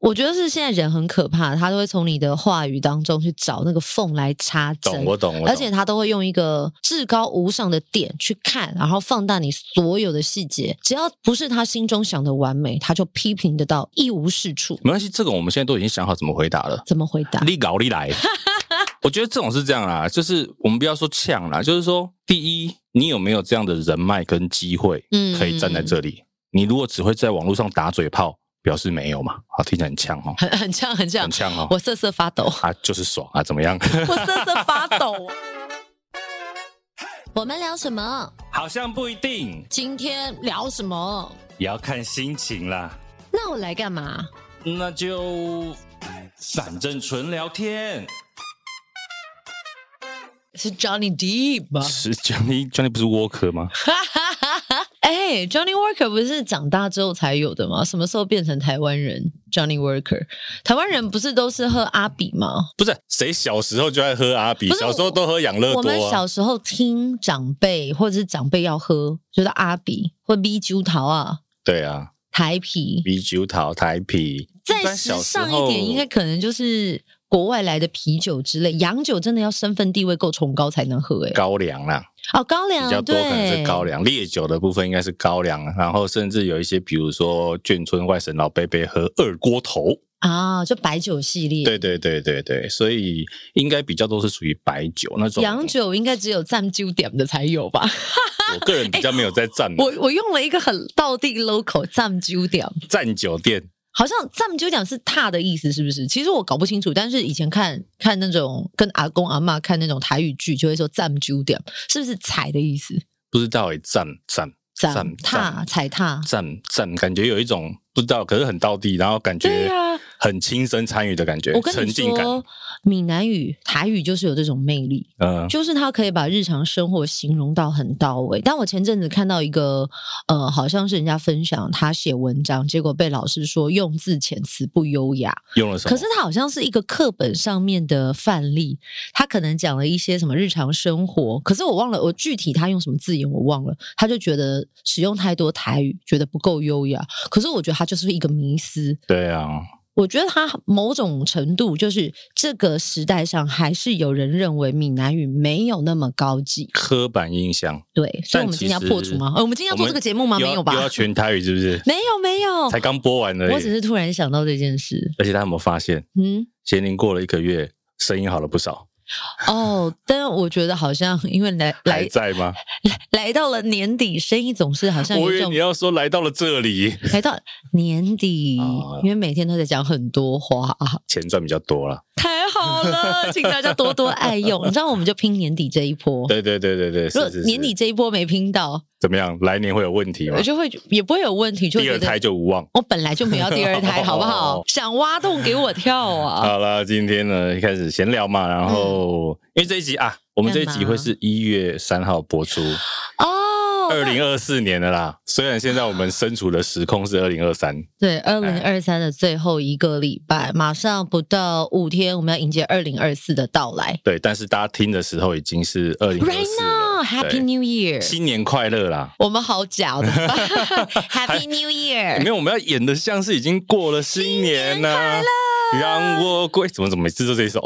我觉得是现在人很可怕，他都会从你的话语当中去找那个缝来插针懂，我懂我懂，而且他都会用一个至高无上的点去看，然后放大你所有的细节，只要不是他心中想的完美，他就批评得到一无是处。没关系，这个我们现在都已经想好怎么回答了。怎么回答？你搞你 来，我觉得这种是这样啦，就是我们不要说呛啦，就是说，第一，你有没有这样的人脉跟机会嗯可以站在这里？你如果只会在网络上打嘴炮，表示没有嘛，好，听起来很呛哦，很很像，很像很，呛哦，我瑟瑟发 抖。啊，就是爽啊，怎么样？我瑟瑟发抖。啊我们聊什么？ 好像不一定，今天聊什么？也要看心情啦。那我来干嘛？那就反正纯聊天。是 Johnny Depp 吗？是 Johnny Johnny 不是 Walker 吗？ 哎、j o h n n y Walker 不是长大之后才有的吗？什么时候变成台湾人？Johnny Walker，台湾人不是都是喝阿比吗？不是，谁小时候就爱喝阿比？不是小时候都喝养乐我们多啊。小时候听长辈或者是长辈要喝，就是阿比或 B 酒桃啊、对啊，台啤。啤酒桃台啤。一再般时小时尚候一点，应该可能就是国外来的啤酒之类。洋酒真的要身份地位够崇高才能喝、欸，高粱啦，哦，高比较粱多对，可能是高粱。烈酒的部分应该是高粱，然后甚至有一些，比如说眷村外省老伯伯喝二锅头。啊，就白酒系列。对对对对对，所以应该比较都是属于白酒那种。洋酒应该只有占酒点的才有吧？我个人比较没有在站哎我我用了一个很道地 local 占酒点，站酒店，好像占酒点是踏的意思，是不是？其实我搞不清楚，但是以前看看那种跟阿公阿妈看那种台语剧，就会说占酒点，是不是踩的意思？不知道诶、欸站站占占踏占踩踏，站站，感觉有一种不知道，可是很道地，然后感对觉呀很亲身参与的感觉，我跟沉你浸感。说，闽南语、台语就是有这种魅力，嗯、就是它可以把日常生活形容到很到位。但我前阵子看到一个，呃，好像是人家分享他写文章，结果被老师说用字遣词不优雅。用了什么？可是他好像是一个课本上面的范例，他可能讲了一些什么日常生活，可是我忘了，我具体他用什么字眼我忘了。他就觉得使用太多台语，觉得不够优雅。可是我觉得他就是一个迷思，对啊，我觉得它某种程度就是这个时代上，还是有人认为闽南语没有那么高级。刻板印象。对，所以我们但其今天要实破除吗？呃我们今天要做这个节目吗？又没要有吧又？要全台语是不是？没有没有，才刚播完而已。我只是突然想到这件事。而且他有没有发现，嗯，咸宁过了一个月，声音好了不少，哦，但我觉得好像因为来还来在吗？来到了年底，生意总是好像有我以一为种你要说来到了这里，来到年 底哦，因为每天都在讲很多话，钱赚比较多了。太好了， 请大家多多爱用。你知道，我们就拼年底这一波。对对对对对，哦如果是是是年底这一波没拼到，怎么样？来年会有问题吗我？就会也不会有问题，就会第觉二胎得就无望。我本来就没有要第二 胎，哦好不好？想挖洞给我跳 啊！好了，今天呢一开始闲聊嘛，然后、因为这一集啊，我们这一干集嘛会是一月三号播出，哦，二零二四年的啦。虽然现在我们身处的时空是二零二三，对二零二哎三的最后一个礼拜，马上不到五天，我们要迎接二零二四的到来。对，但是大家听的时候已经是二零二 Right 四 now, Happy New Year！新年快乐啦！我们好假哦，怎么办 ？Happy New 没 Year！有，我们要演的像是已经过了新年呢、让我归怎么怎么每次都这一首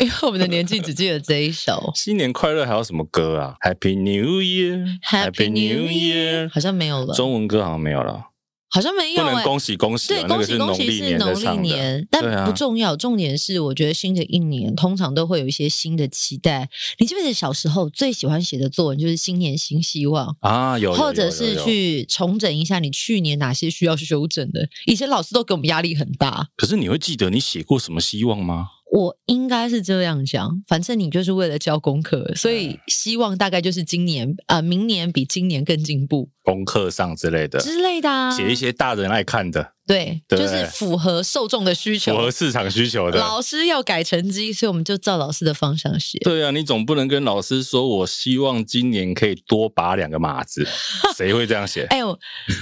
因为我们的年纪只记得这一 首新年快乐，还有什么歌啊？Happy New Year，Happy Happy New Year，好像没有了，中文歌好像没有了，好像没不有能哎。恭喜恭喜、啊，对，那恭个喜是恭农喜历是年在农历唱的。年，对但啊不重要。重点是，我觉得新的一年通常都会有一些新的期待。你记不记得小时候最喜欢写的作文就是“新年新希望啊，”，有，有或者有是有有去重整一下你去年哪些需要修正的？以前老师都给我们压力很大。可是你会记得你写过什么希望吗？我应该是这样讲，反正你就是为了交功课，所哎以希望大概就是今年啊、呃明年比今年更进步功课上之类的，之类的、啊。写一些大人爱看的，对，对就是符合受众的需求，符合市场需求的。老师要改成绩，所以我们就照老师的方向写。对啊，你总不能跟老师说，我希望今年可以多拔两个码子， 谁会这样写？哎呦，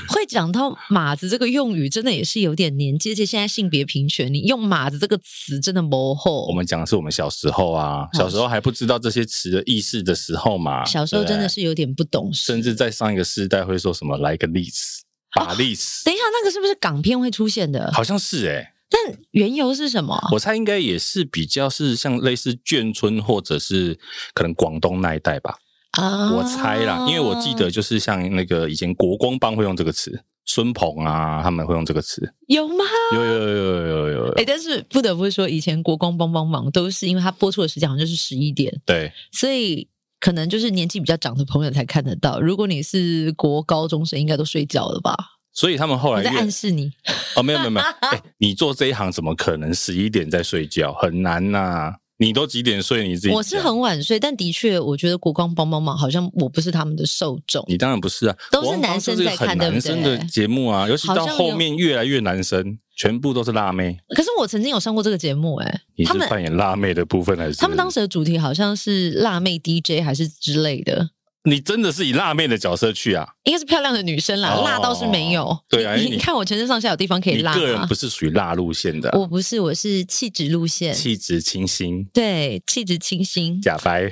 会讲到“马子”这个用语，真的也是有点年纪，而且现在性别平权，你用“马子”这个词真的模糊。我们讲的是我们小时候啊，嗯小时候还不知道这些词的意思的时候嘛，小时候对不真对的，是有点不懂事。甚至在上一个世代哦会说什么来个例子，把例子，等一下，那个是不是港片会出现的？好像是哎，但缘由是什么啊？我猜应该也是比较是像类似眷村或者是可能广东那一带吧，啊我猜啦，因为我记哦得就是像那个以前国光帮会用这个词，孙鹏啊他们会用这个词，有吗？有有有有有有有哎、有，但是不得不说，以前国光帮帮忙都是因为它播出的时间好像就是十一点，对，所以可能就是年纪比较长的朋友才看得到。如果你是国高中生，应该都睡觉了吧？所以他们后我来在越暗示你，哦没有没有没有，哎，你做这一行怎么可能十一点在睡觉？很难呐、你都几点睡？你自己我是讲很晚睡，但的确，我觉得国光帮帮忙好像我不是他们的受众。你当然不是啊，都是国光帮男生就是一个在看很对不男生的对节目啊，尤其好到像后有面越来越男生，全部都是辣妹。可是我曾经有上过这个节目、诶，你他是们扮演辣妹的部分还是？他们当时的主题好像是辣妹 DJ 还是之类的，你真的是以辣妹的角色去啊？应该是漂亮的女生啦，哦辣倒是没有。对啊你因为你你看我全身上下有地方可以你辣啊个人吗不？是属于辣路线的啊、我不是，我是气质路线，气质清新，对，气质清新。假白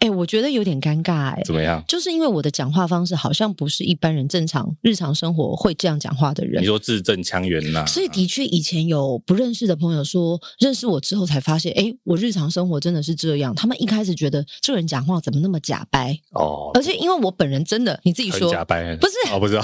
哎、我觉得有点尴尬、诶， 怎么样？就是因为我的讲话方式好像不是一般人正常日常生活会这样讲话的人你，说字正腔圆啦，所以的确，以前有不认识的朋友说，认识我之后才发现，哎，我日常生活真的是这样。他们一开始觉得这个人讲话怎么那么假掰，哦，而且因为我本人真的，你自己很说，假白，不是哦，不 知道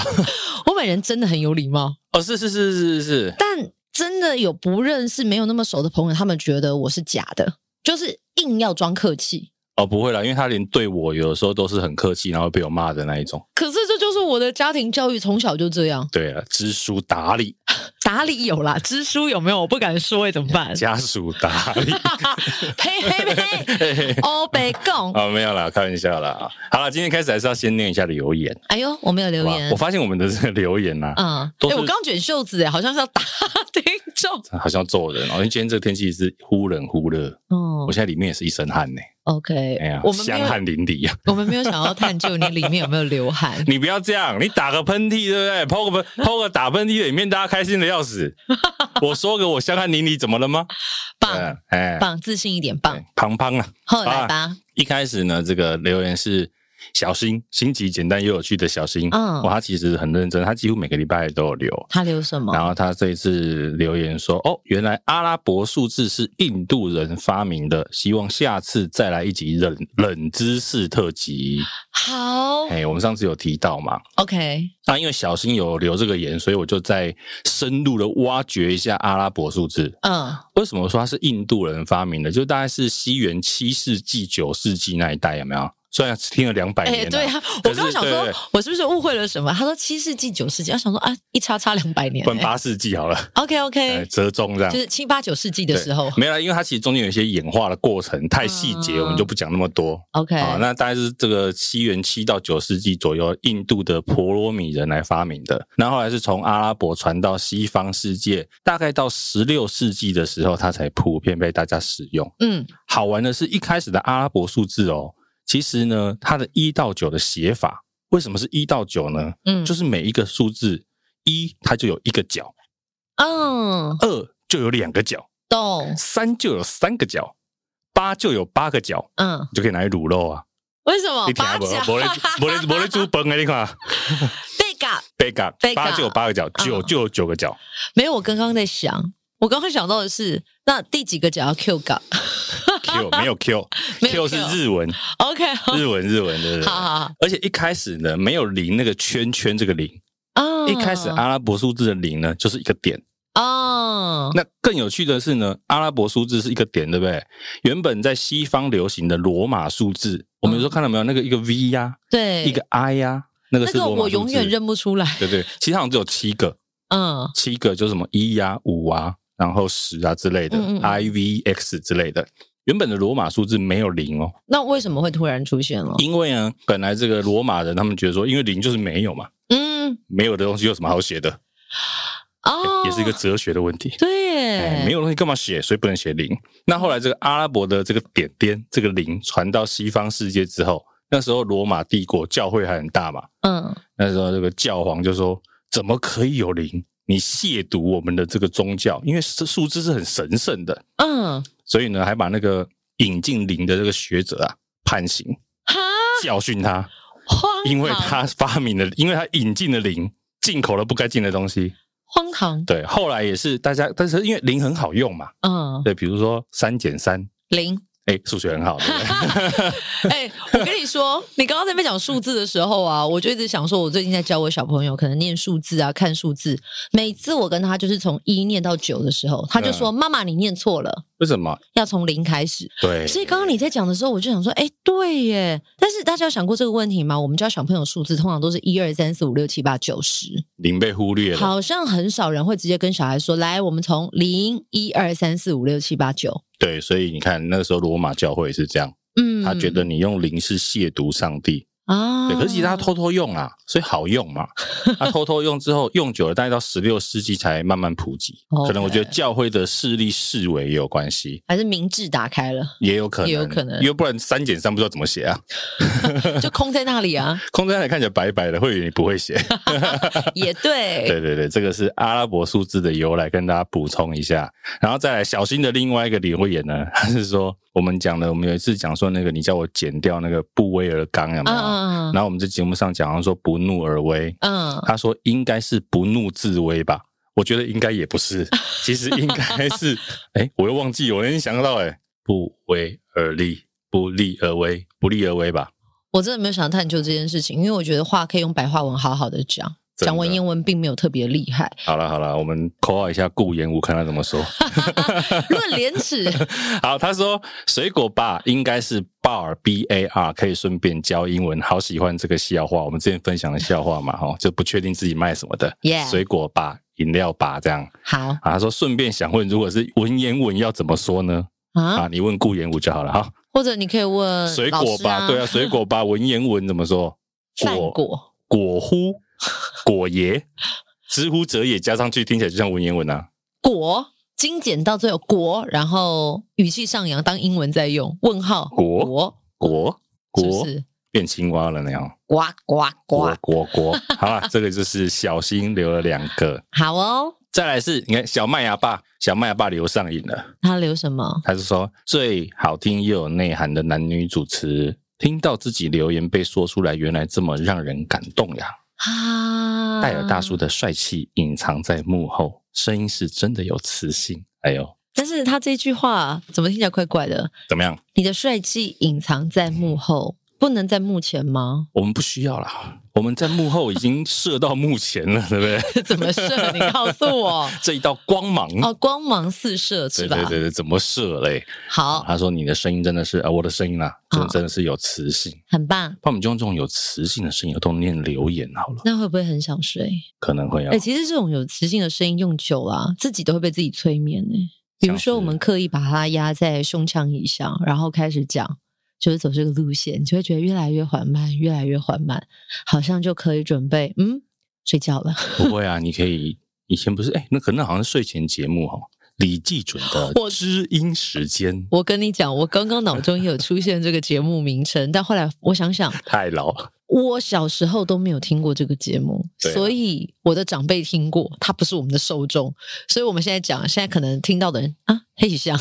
我本人真的很有礼貌，哦，是是是是是，但真的有不认识、没有那么熟的朋友，他们觉得我是假的，就是硬要装客气。哦，不会啦，因为他连对我有的时候都是很客气，然后被我骂的那一种。可是这就是我的家庭教育，从小就这样。对啊，知书达理，打理有 啦，知书有没有？我不敢说、诶哎怎么 办？家属达 理。 呸呸呸！嘿嘿嘿哦，北 贡，哦，没有啦，开玩笑啦。好了，今天开始还是要先念一下留言。哎呦，我没有留好吧言我。发现我们的这个留言啊呐、嗯，都哎、是我刚卷袖子，哎，好像是要打听众。好像要揍人哦，因为今天这个天气是忽冷忽热， 哦我现在里面也是一身汗呢、 ，OK，、哎呀我，们没香有，汗淋漓啊！。我们没有想要探究你里面有没有流汗 你不要这样，你打个喷嚏，对不对？抛 个喷，抛个打喷嚏的影片，大家开心的要死。我说个我香汗淋漓，怎么了吗？棒嗯哎，棒，自信一点，棒。胖胖啊！后来吧，一开始呢，这个留言是小新，新奇、简单又有趣的小新。嗯哇，他其实很认真，他几乎每个礼拜都有留。他留什么？然后他这一次留言说：“哦，原来阿拉伯数字是印度人发明的，希望下次再来一集冷冷知识特辑。好哎，我们上次有提到嘛？ ，OK，那因为小新有留这个言，所以我就再深入的挖掘一下阿拉伯数字。嗯为什么说它是印度人发明的？就大概是西元七世纪、九世纪那一代，有没有？虽然听了两百哎、年、了。对啊，可我是刚刚想对对说，我是不是误会了什么？他说七世纪、九世纪，我想说啊，一差差两百年、哎换八世纪好了， OK 哎 OK，、折中这样。就是七八九世纪的对时候没有啦，因为它其实中间有一些演化的过程，太细节，嗯我们就不讲那么多。 ，OK，啊，那大概是这个西元七到九世纪左右，印度的婆罗米人来发明的。那后来是从阿拉伯传到西方世界，大概到十六世纪的时候，它才普遍被大家使用。嗯，好玩的是，一开始的阿拉伯数字哦，其实呢，它的一到九的写法，为什么是一到九呢？嗯，就是每一个数字一，它就有一个角；嗯，二就有两个角；懂，三就有三个角；八就有八个角，嗯，你就可以拿来卤肉啊。为什么你听哦八无？角？无咧无咧无咧煮饭的，你看，贝嘎，八角嗯八角八就有八个角，九就有九 个角。没有，我刚刚在想，我刚刚想到的是，那第几个角要 Q 港 Q 没有 没有 Q，Q 是 Q 日 文， ？OK，好日文日文对不对？好好而且一开始呢，没有零那个圈圈这个零，啊一开始阿拉伯数字的零呢就是一个点。嗯啊，那更有趣的是呢，阿拉伯数字是一个点，对不对？原本在西方流行的罗马数字，我们有时候看到没有那个一个 V 呀，嗯对，一个 I 呀，那个那是个罗马我数永远字。认不出来，对对，其实好像只有七个。嗯七个就是什么一呀、五啊，然后十啊之类的、嗯嗯嗯 i v x 之类的。原本的罗马数字没有零哦，那为什么会突然出现了？因为呢，本来这个罗马人他们觉得说，因为零就是没有嘛，嗯，没有的东西有什么好写的，哦，也是一个哲学的问题。对哎耶，没有东西干嘛写，所以不能写零。那后来这个阿拉伯的这个点点，这个零传到西方世界之后，那时候罗马帝国教会还很大嘛，嗯，那时候这个教皇就说：“怎么可以有零？你亵渎我们的这个宗教，因为这数字是很神圣的。”嗯所以呢，还把那个引进零的这个学者啊判刑，哈，教训他，荒唐因为他发明了，因为他引进了零，进口了不该进的东西，荒唐，对，后来也是大家，但是因为零很好用嘛，嗯，对，比如说三减三， 零。哎，数学很好，对不对 哎、我跟你说，你刚刚在那边讲数字的时候啊，我就一直想说，我最近在教我小朋友，可能念数字啊，看数字。每次我跟他就是从一念到九的时候，他嗯就说：“妈妈，你念错了，为什么？要从零开始。”对，所以刚刚你在讲的时候，我就想说，哎、对耶。但是大家有想过这个问题吗？我们教小朋友数字，通常都是一二三四五六七八九十，零被忽略了，好像很少人会直接跟小孩说：“来，我们从零一二三四五六七八九。对，所以你看那时候罗马教会也是这样，”嗯，他觉得你用零是亵渎上帝，啊，对，可是其实他偷偷用啊，所以好 用嘛。他偷偷用之后，用久了，大概到十六世纪才慢慢普及。 OK 可能我觉得教会的势力视为也有关系，还是明智打开了。也有可能，也有可能因为不然三减三不知道怎么写 啊。就空在那里啊，空中来看起来白白的，会以为你不会写。也 对，对对对，这个是阿拉伯数字的由来，跟大家补充一下。然后再来，小新的另外一个留言呢， 他是说我们讲了，我们有一次讲说那个你叫我剪掉那个布威尔刚有没有？嗯嗯然后我们在节目上讲到说不怒而威，嗯，他说应该是不怒自威吧。我觉得应该也不是，其实应该是，哎、我又忘记，我那天想到、哎，不威而立，不立而为，不立而为吧。我真的没有想探究这件事情，因为我觉得话可以用白话文好好的讲，真的讲文言文并没有特别厉 。害好了好了，我们 call 一下顾炎武，看他怎么说。 论廉耻，好，他说水果吧应该是 bar b a r，可以顺便教英文。好喜欢这个笑话，我们之前分享的笑话嘛，哈，就不确定自己卖什么的 Yeah 水果吧、饮料吧这样。好啊，他说顺便想问，如果是文言文要怎么说呢？啊，啊，你问顾炎武就好了哈。或者你可以问水老果师吧，对啊，，水果 吧，文言文怎么说？饭果果乎，果爷，知乎者也加上去，听起来就像文言文啊。果精简到最后果，然后语气上扬，当英文在用，问号果果果是不果是变青蛙了那样。呱呱呱果？果 果，好了，这个就是小新留了两个，好哦，再来是你看小麦芽爸，小麦芽爸留上瘾了，他留什么？他是说最好听又有内涵的男女主持，听到自己留言被说出来，原来这么让人感动呀！啊，戴尔大叔的帅气隐藏在幕后，声音是真的有磁性。哎呦，但是他这句话怎么听起来怪怪的？怎么样？你的帅气隐藏在幕后，不能在幕前吗？ 我们不需要啦，我们在幕后已经射到幕前了，对 不对？怎么射？你告诉我。 这一道光芒，哦，光芒四射对是吧？嗯对对对，怎么射嘞？好，他说你的声音真的是，呃，我的声音啊，真嗯真的是有磁性。很棒。那我们就用这种有磁性的声音，都念留言好了，那会不会很想睡？可能会啊哎、要。其实这种有磁性的声音用久了、自己都会被自己催眠呢、比如像说，是我们刻意把它压在胸腔以上，然后开始讲，就是走这个路线，你就会觉得越来越缓慢，越来越缓慢，好像就可以准备嗯睡觉了。 不会啊，你可以以前不是哎，那可能好像是睡前节目哦，李济准的我《知音时间》我跟你讲，我刚刚脑中也有出现这个节目名称，但后来我想想，太老了，我小时候都没有听过这个节目，对啊所以我的长辈听过，他不是我们的受众，所以我们现在讲，现在可能听到的人啊，黑喜香。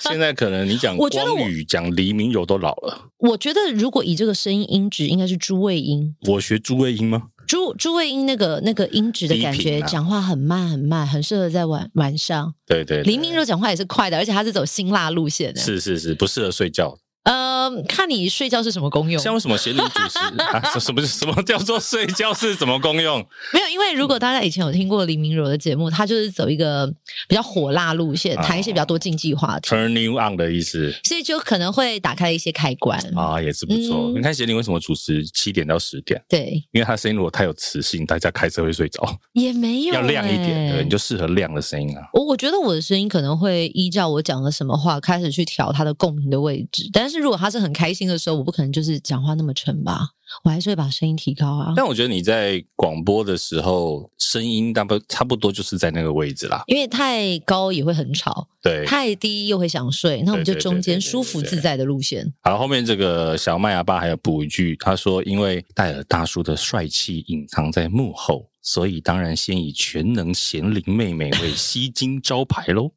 现在可能你讲我觉得光我宇、讲黎明友都老了。我觉得如果以这个声音音质，应该是朱卫英，我学朱卫英吗？朱朱卫英那个那个音质的感低觉，频啊讲话很慢很慢，很适合在晚晚上。对对对黎明若讲话也是快的，而且他是走辛辣路线的。，是是是，不适合睡觉。呃，看你睡觉是什么功用。像为什么贤女 主持啊？什么什么叫做睡觉是怎么功用？没有，因为如果大家以前有听过黎明柔的节目，他就是走一个比较火辣路线，哦谈一些比较多禁忌话题， Turn you on 的意思所以就可能会打开一些开关。啊，也是不错。嗯你看贤玲为什么主持七点到十点？对，因为她声音如果太有磁性，大家开车会睡着，也没有、要亮一点，欸对，你就适合亮的声音啊。我我觉得我的声音可能会依照我讲了什么话开始去调它的共鸣的位置，但是如果他是很开心的时候，我不可能就是讲话那么沉吧，我还是会把声音提高啊。但我觉得你在广播的时候，声音大不差不多就是在那个位置啦。因为太高也会很吵，对，太低又会想睡，那我们就对对对中对对间对舒服对自在的路线。好，后面这个小麦阿爸还有补一句，他说：“因为戴尔大叔的帅气隐藏在幕后，所以当然先以全能贤玲妹妹为吸金招牌喽。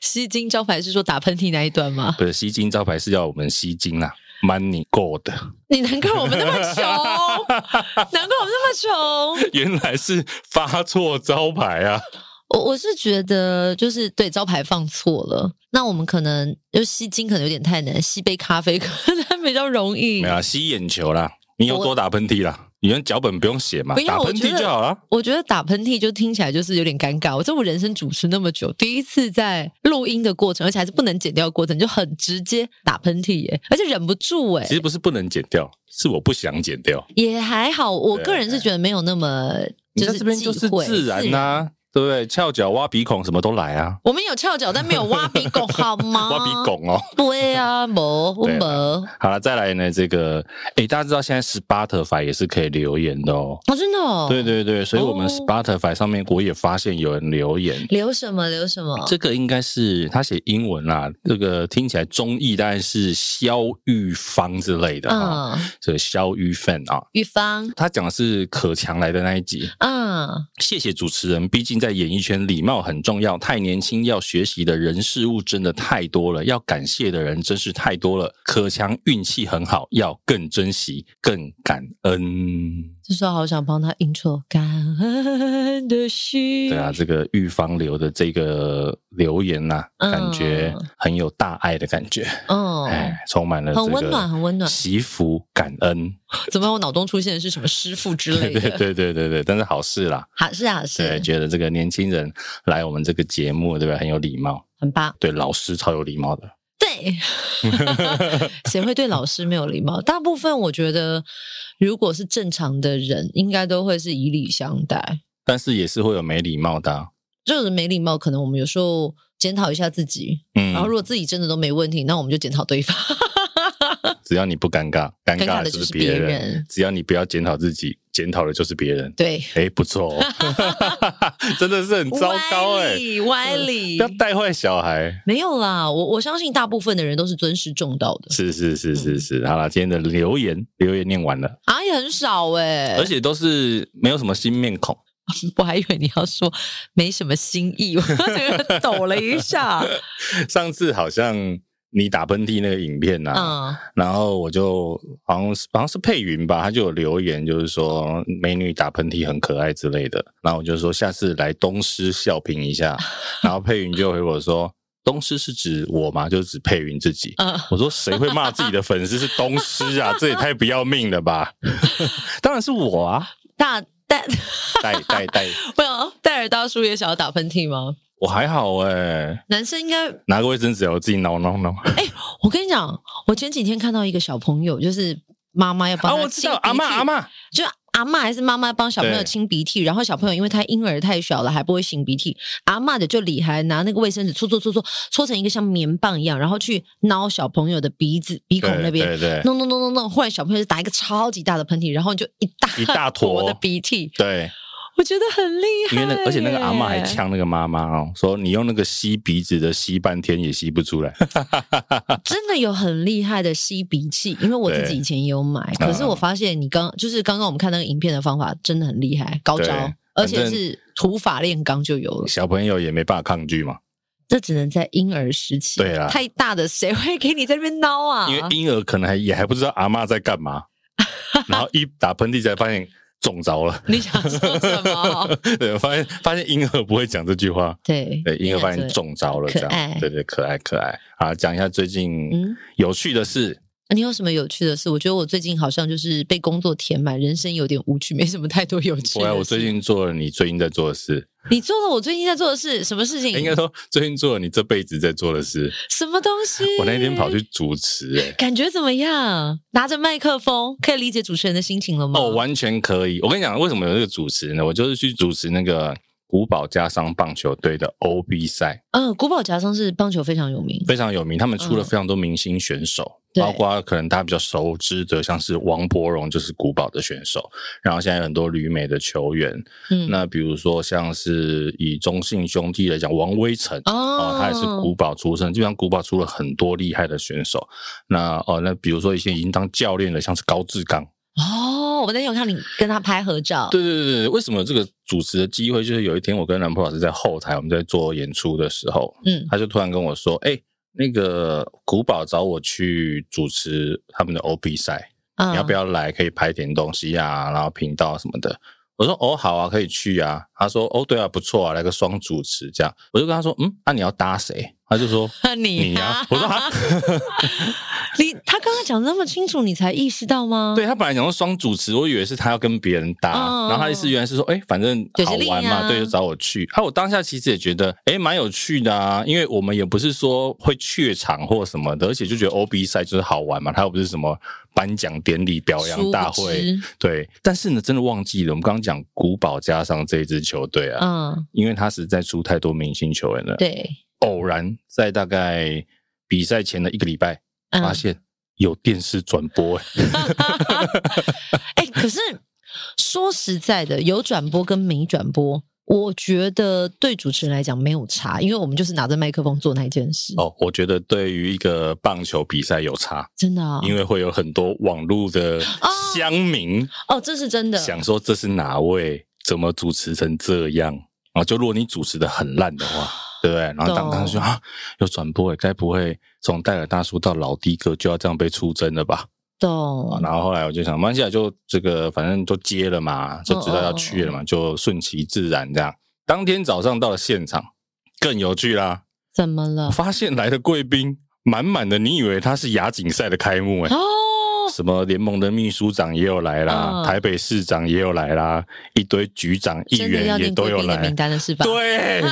吸睛招牌是说打喷嚏那一段吗？ 不是吸金招牌是要我们吸啊金啦，Money Gold，你难怪我们那么穷， 难怪我们那么穷。原来是发错招牌啊！我我是觉得就是对招牌放错了，那我们可能就吸金可能有点太难，吸杯咖啡 可能比较容易没。有啊吸眼球啦，你有我多打喷嚏啦，你连脚本不用写嘛不，要打我喷觉嚏得就好啦。我觉得打喷嚏就听起来就是有点尴尬。我这我人生主持那么久，第一次在录音的过程，而且还是不能剪掉的过程，就很直接打喷嚏耶，而且忍不住哎其，实不是不能剪掉，是我不想剪掉。也还好。我对个人是觉得没有那么你就在是这边就是忌讳自然啊呐、。对不对？翘脚、挖鼻孔什么都来啊，我们有翘脚，但没有挖鼻 孔，好吗？挖鼻。孔哦。对啊，没，我对啊没。好了，再来呢，这个，诶，大家知道现在 Spotify 也是可以留言的哦。哦，真的、哦。对。对对，所以我们哦 Spotify 上面我也发现有人留言，留什么？留什么？这个应该是他写英文啦，这个听起来中译当然是萧玉芳之类的啊，嗯，这个萧玉芬啊。玉芳。他讲的是可强来的那一集，嗯，谢谢主持人。毕竟在演艺圈，礼貌很重要。太年轻要学习的人事物真的太多了，要感谢的人真是太多了。可强运气很好，要更珍惜，更感恩。这时候好想帮他 intro，感恩的心。对啊，这个玉芳留的这个留言呐、嗯感觉很有大爱的感觉，哎、嗯，充满了、这个很温暖很温暖惜福感恩，怎么办我脑中出现的是什么师傅之对类的？对对对对对，但是好事啦，好是啊对，是，觉得这个年轻人来我们这个节目，对吧？很有礼貌，很棒。对老师超有礼貌的，对，谁会对老师没有礼貌？大部分我觉得，如果是正常的人，应该都会是以礼相待。但是也是会有没礼貌的啊、就是没礼貌，可能我们有时候检讨一下自己，嗯，然后如果自己真的都没问题，那我们就检讨对方。 只要你不尴尬，尴尴尬的的就就是是别别人；人只要你不要检讨自己，检讨的就是别人。对，哎，不错、 哦， 真的是很糟糕哎、歪理歪理不要带坏小孩。没有啦，我我相信大部分的人都是尊师重道的是是是是嗯是，好啦，今天的留言留言念完了，啊，也很少哎、而且都是没有什么新面孔，我还以为你要说没什么新意， 我整个人抖了一 下。上次好像你打喷嚏那个影片呐、啊嗯，然后我就好像是好像是佩云吧，她就有留言，就是说美女打喷嚏很可爱之类的。然后我就说下次来东施效颦一 下，然后佩云就回我说。东施是指我吗？就是指佩云自己。嗯我说谁会骂自己的粉丝是东施啊？这也太不要命了 吧！当然是我啊，大戴，带带带，不有戴尔大叔也想要打喷嚏吗？我还好哎、男生应该，拿个卫生纸啊我自己挠挠挠。我跟你讲，我前几天看到一个小朋友，就是妈妈要帮啊，他我知清道，鼻阿涕嬷阿嬷，就阿嬷还是妈妈帮小朋友对清鼻涕，然后小朋友因为他婴儿太小了还不会擤鼻涕，阿嬷的就厉害，拿那个卫生纸搓搓搓搓搓成一个像棉棒一样，然后去挠小朋友的鼻子鼻孔那对边，对对弄弄弄弄弄，忽然小朋友就打一个超级大的喷嚏，然后就一大一大坨坨的鼻涕，对，我觉得很厉害因耶，为那而且那个阿嬷还呛那个妈妈哦，说你用那个吸鼻子的吸半天也吸不 出来。真的有很厉害的吸鼻器，因为我自己对嗯以前也有买，可是我发现你刚就是刚刚我们看那个影片的方法真的很厉害，高招对，而且反正是土法炼钢就有了。小朋友也没办法抗拒嘛，这只能在婴儿时期。对啦太大的谁会给你在那边挠啊？因为婴儿可能还也还不知道阿嬷在干嘛，然后一打喷嚏才发现中着了。 你想说什么？ 对，发现发现婴儿不会讲这句话，对对，婴儿发现对中着了，可这样爱，对对，可爱可爱。好，讲一下最近嗯啊有趣的事，你有什么有趣的事？我觉得我最近好像就是被工作填满，人生有点无趣，没什么太多有趣我的事。来啊我最近做了你最近在做的事，你做了我最近在做的事，什么事情？哎应该说最近做了你这辈子在做的事。什么东西？我那天跑去，主持、欸，感觉怎么样？拿着麦克风，可以理解主持人的心情了吗？哦，完全可以。我跟你讲，为什么有这个主持呢？我就是去主持那个古堡家商棒球队的 OB 赛，嗯，古堡夹商是棒球非常有名。非常有名。他们出了非常多明星选手，嗯对包括可能大家比较熟知的，像是王柏荣就是古堡的选手，然后现在有很多旅美的球员。嗯，那比如说像是以中信兄弟来讲，王威成。哦，哦，他也是古堡出身，基本上古堡出了很多厉害的选手。那哦，那比如说一些已经当教练的，像是高志刚，哦，我那天有看你跟他拍合照。对对对对，为什么有这个主持的机会？就是有一天我跟男朋友老师在后台，我们在做演出的时候，嗯，他就突然跟我说：“哎、那个古堡找我去主持他们的 OB 赛，嗯你要不要来？可以拍点东西啊，然后频道什么的。”我说哦，好啊，可以去啊。他说哦，对啊，不错啊，来个双主持这样。我就跟他说，嗯，那、你要搭谁？他就说 你啊你呀、我说啊，你他刚刚讲得那么清楚，你才意识到吗？对他本来想说双主持，我以为是他要跟别人搭，嗯然后他意思原来是说，哎、反正就是好另玩啊嘛，对，就找我去。啊，我当下其实也觉得，哎、蛮有趣的啊，因为我们也不是说会怯场或什么的，而且就觉得 OB 赛就是好玩嘛，它又不是什么颁奖典礼、表殊扬不大会，知，对。但是呢，真的忘记了，我们刚刚讲古堡加上这一支球队啊，嗯，因为他实在出太多明星球员了，对，偶然在大概比赛前的一个礼拜嗯发，现。有电视转播、哎哎、可是说实在的，有转播跟没转播，我觉得对主持人来讲没有差，因为我们就是拿着麦克风做那件事，哦，我觉得对于一个棒球比赛有差，真的啊、因为会有很多网络的乡民哦，这是真的，想说这是哪位，怎么主持成这样啊？就如果你主持的很烂的话，对不对？然后当懂当时说啊，有转播诶，该不会从戴尔大叔到老的哥就要这样被出征了吧？啊懂，然后后来我就想，马来西亚啊就这个反正都接了嘛，就知道要去嗯了嘛，就顺其自然这样。当天早上到了现场，更有趣啦。怎么了？发现来的贵宾满满的，你以为他是亚锦赛的开幕 哎、哦，什么联盟的秘书长也有来啦，嗯台北市长也有来啦，一堆局长、议真的要员也念都贵有宾的来名。单了是吧？， 对，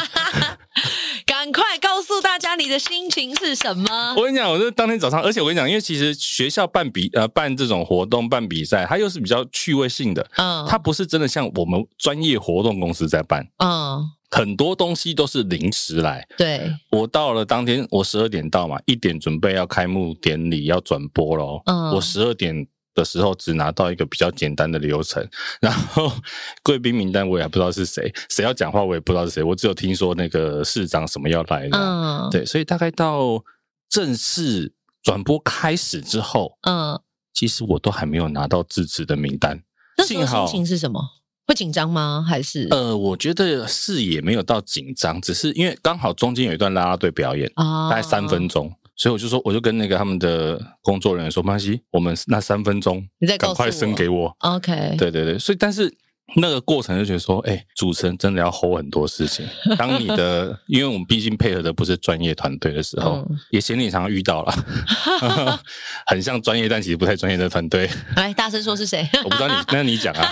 赶快告诉大家你的心情是什么。我跟你讲，我这当天早上，而且我跟你讲，因为其实学校办比呃办这种活动、办比赛，它又是比较趣味性的，嗯，它不是真的像我们专业活动公司在办，嗯，很多东西都是临时来。对，我到了当天，我十二点到嘛，一点准备要开幕典礼要转播喽。嗯我十二点的时候只拿到一个比较简单的流程，然后 贵宾名单我也不知道是谁，谁要讲话我也不知道是谁，我只有听说那个市长什么要来的。嗯，，对，所以大概到正式转播开始之后，嗯，其实我都还没有拿到自制的名单。那时候幸好心情是什么？会紧张吗？还是呃，我觉得是也没有到紧张，只是因为刚好中间有一段啦啦队表演。啊大概三分钟，所以我就说，我就跟那个他们的工作人员说，没关系，我们那三分钟你再告诉赶我快升给我。 ，OK，对对对，所以但是那个过程就觉得说，哎、主持人真的要 hold 很 多事情。当你的，因为我们毕竟配合的不是专业团队的时候，嗯也心里常常遇 到了，很像专业但其实不太专业的团队。来大声说是 谁？我不知道你，那你讲啊，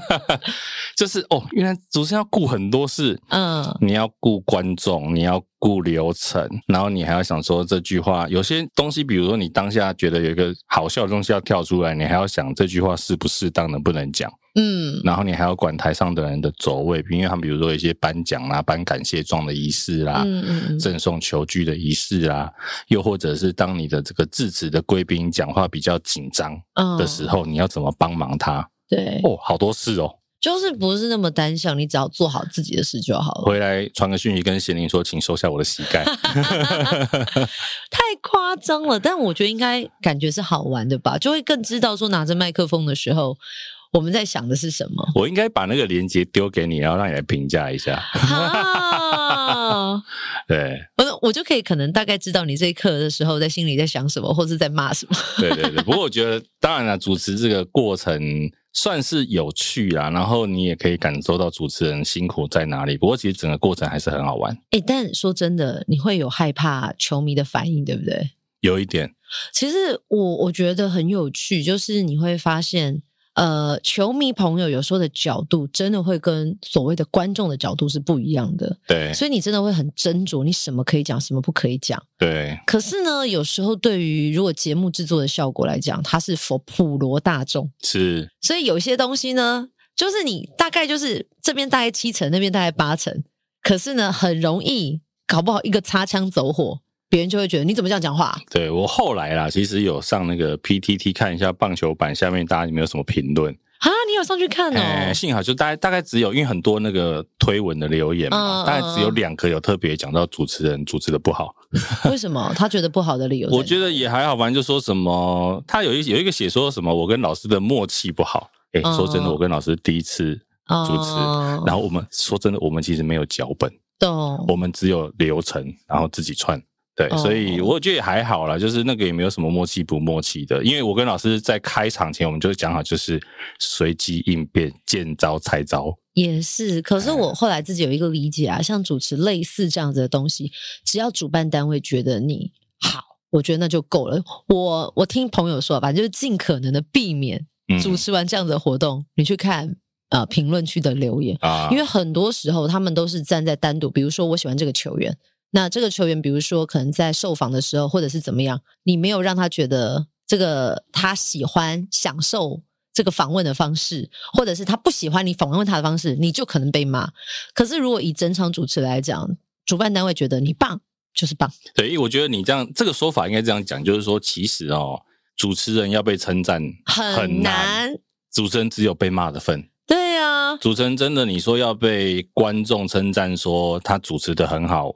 就是哦，原来主持人要顾很多事，嗯，你要顾观众，你要顾流程，然后你还要想说这句话。有些东西，比如说你当下觉得有一个好笑的东西要跳出来，你还要想这句话适不适当，能不能讲。嗯，然后你还要管台上的人的走位，因为他们比如说有一些颁奖啦、颁感谢状的仪式啦、嗯嗯嗯赠送球具的仪式啦，又或者是当你的这个致辞的贵宾讲话比较紧张嗯的时候，你要怎么帮忙他？对，哦，好多事哦。就是不是那么单向，你只要做好自己的事就好了。回来传个讯息跟贤玲说，请收下我的膝盖。太夸张了，但我觉得应该感觉是好玩的吧，就会更知道说拿着麦克风的时候，我们在想的是什么。 我应该把那个链接丢给你，然后让你来评价一下。 啊，对，我我就可以可能大概知道你这一刻的时候在心里在想什么，或是在骂什么。对对对。不过我觉得，当然了，啊主持这个过程算是有趣啦，然后你也可以感受到主持人辛苦在哪里。不过其实整个过程还是很好玩，哎、但说真的，你会有害怕球迷的反应，对不对？有一点其实我我觉得很有趣，就是你会发现，呃，球迷朋友有时候的角度真的会跟所谓的观众的角度是不一样的，对所以你真的会很斟酌，你什么可以讲，什么不可以讲。对可是呢，有时候对于如果节目制作的效果来讲，它是否普罗大众，是，所以有一些东西呢，就是你大概就是这边大概七成，那边大概八成，可是呢，很容易搞不好一个擦枪走火，别人就会觉得你怎么这样讲话、对我后来啦，其实有上那个 PTT 看一下棒球版下面大家有没有什么评论。啊，你有上去看哦？哎、幸好就大概大概只有，因为很多那个推文的留言嘛，嗯大概只有两个有特别讲到主持人主持的不好。 为什么他觉得不好的理由在哪？我觉得也还好，反正就说什么，他有一有一个写说什么，我跟老师的默契不好。哎、嗯说真的，我跟老师第一次，得主持哦、然后我们说真的，我们其实没有脚本，懂我们只有流程，然后自己串。对，哦所以我觉得也还好啦，就是那个也没有什么默契不默契的，因为我跟老师在开场前我们就讲好，就是随机应变，见招拆招。也是，可是我后来自己有一个理解啊，像主持类似这样子的东西，只要主办单位觉得你好，我觉得那就够了。我我听朋友说，反正就是尽可能的避免嗯主持完这样子的活动，你去看呃评论区的留言，啊，因为很多时候他们都是站在单独，比如说我喜欢这个球员，那这个球员比如说可能在受访的时候或者是怎么样，你没有让他觉得这个他喜欢享受。这个访问的方式，或者是他不喜欢你访问他的方式，你就可能被骂。可是如果以整场主持来讲，主办单位觉得你棒就是棒，对，因为我觉得你这样这个说法应该这样讲，就是说其实哦，主持人要被称赞很很难难。主持人只有被骂的份。对啊，主持人真的，你说要被观众称赞说他主持的很好，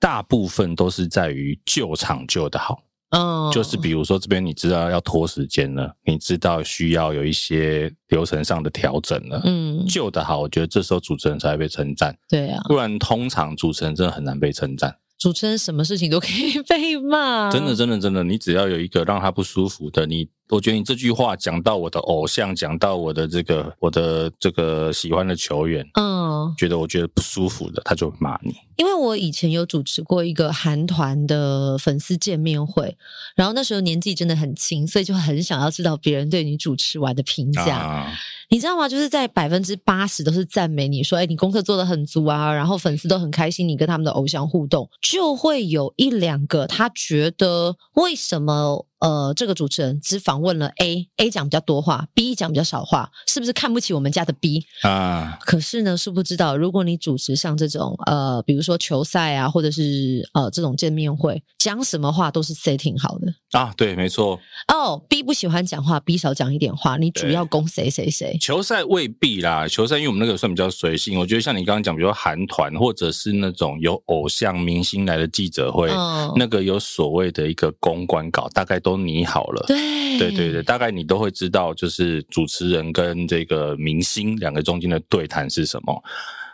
大部分都是在于救场救的好，嗯，就是比如说这边你知道要拖时间了，你知道需要有一些流程上的调整了。嗯，救的好，我觉得这时候主持人才会被称赞，对啊，不然通常主持人真的很难被称赞。主持人什么事情都可以 被骂，真的，真的，真的，你只要有一个让他不舒服的，你，我觉得你这句话讲到我的偶像，讲到我的这个，我的这个喜欢的球员，嗯，觉得我觉得不舒服的，他就会骂你。因为我以前有主持过一个韩团的粉丝见面会，然后那时候年纪真的很轻，所以就很想要知道别人对你主持完的评价。啊，你知道吗？就是在百分之八十都是赞美你说，哎，你功课做得很足啊，然后粉丝都很开心，你跟他们的偶像互动，就会有一两个他觉得为什么呃这个主持人只访问了 A，A 讲比较多话，B 讲比较少话，是不是看不起我们家的 B？啊，可是呢，殊不知道，如果你主持像这种呃，比如说球赛啊，或者是呃这种见面会，讲什么话都是 setting 好的。啊，对，没错，哦、b 不喜欢讲话，B 少讲一点话，你主对要攻谁谁谁。球赛未必啦，球赛因为我们那个算比较随性，我觉得像你刚刚讲，比如说韩团或者是那种有偶像明星来的记者会，嗯，那个有所谓的一个公关稿，大概都拟好了。对对对对，，大概你都会知道，就是主持人跟这个明星两个中间的对谈是什么。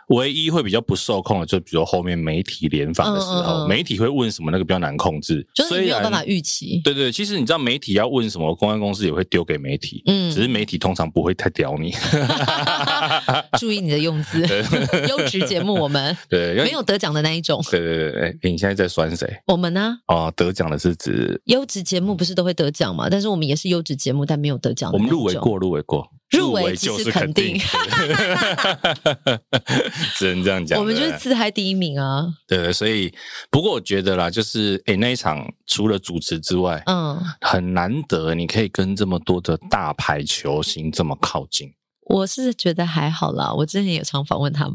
唯一会比较不受控的，就比如后面媒体联访的时嗯嗯候，嗯媒体会问什么，那个比较难控制。就是你没有办法虽然预期。对对，其实你知道媒体要问什么，公关公司也会丢给媒体，嗯只是媒体通常不会太屌你。注意你的用字， 优质节目我们 对，没有。得奖的那一种，对对对，哎，你现在在酸谁？我们呢、哦，得奖的是指优质节目不是都会得奖嘛？但是我们也是优质节目，但没有得奖。我们入围，过，入围过，哦入围即就是是肯定定， 只能这样讲。我们就对是自嗨第一名啊。对，所以不过我觉得啦，就是诶、那一场除了主持之外，嗯，很难得你可以跟这么多的大牌球星这么靠近。我是觉得还好啦，我之前也常访问他们，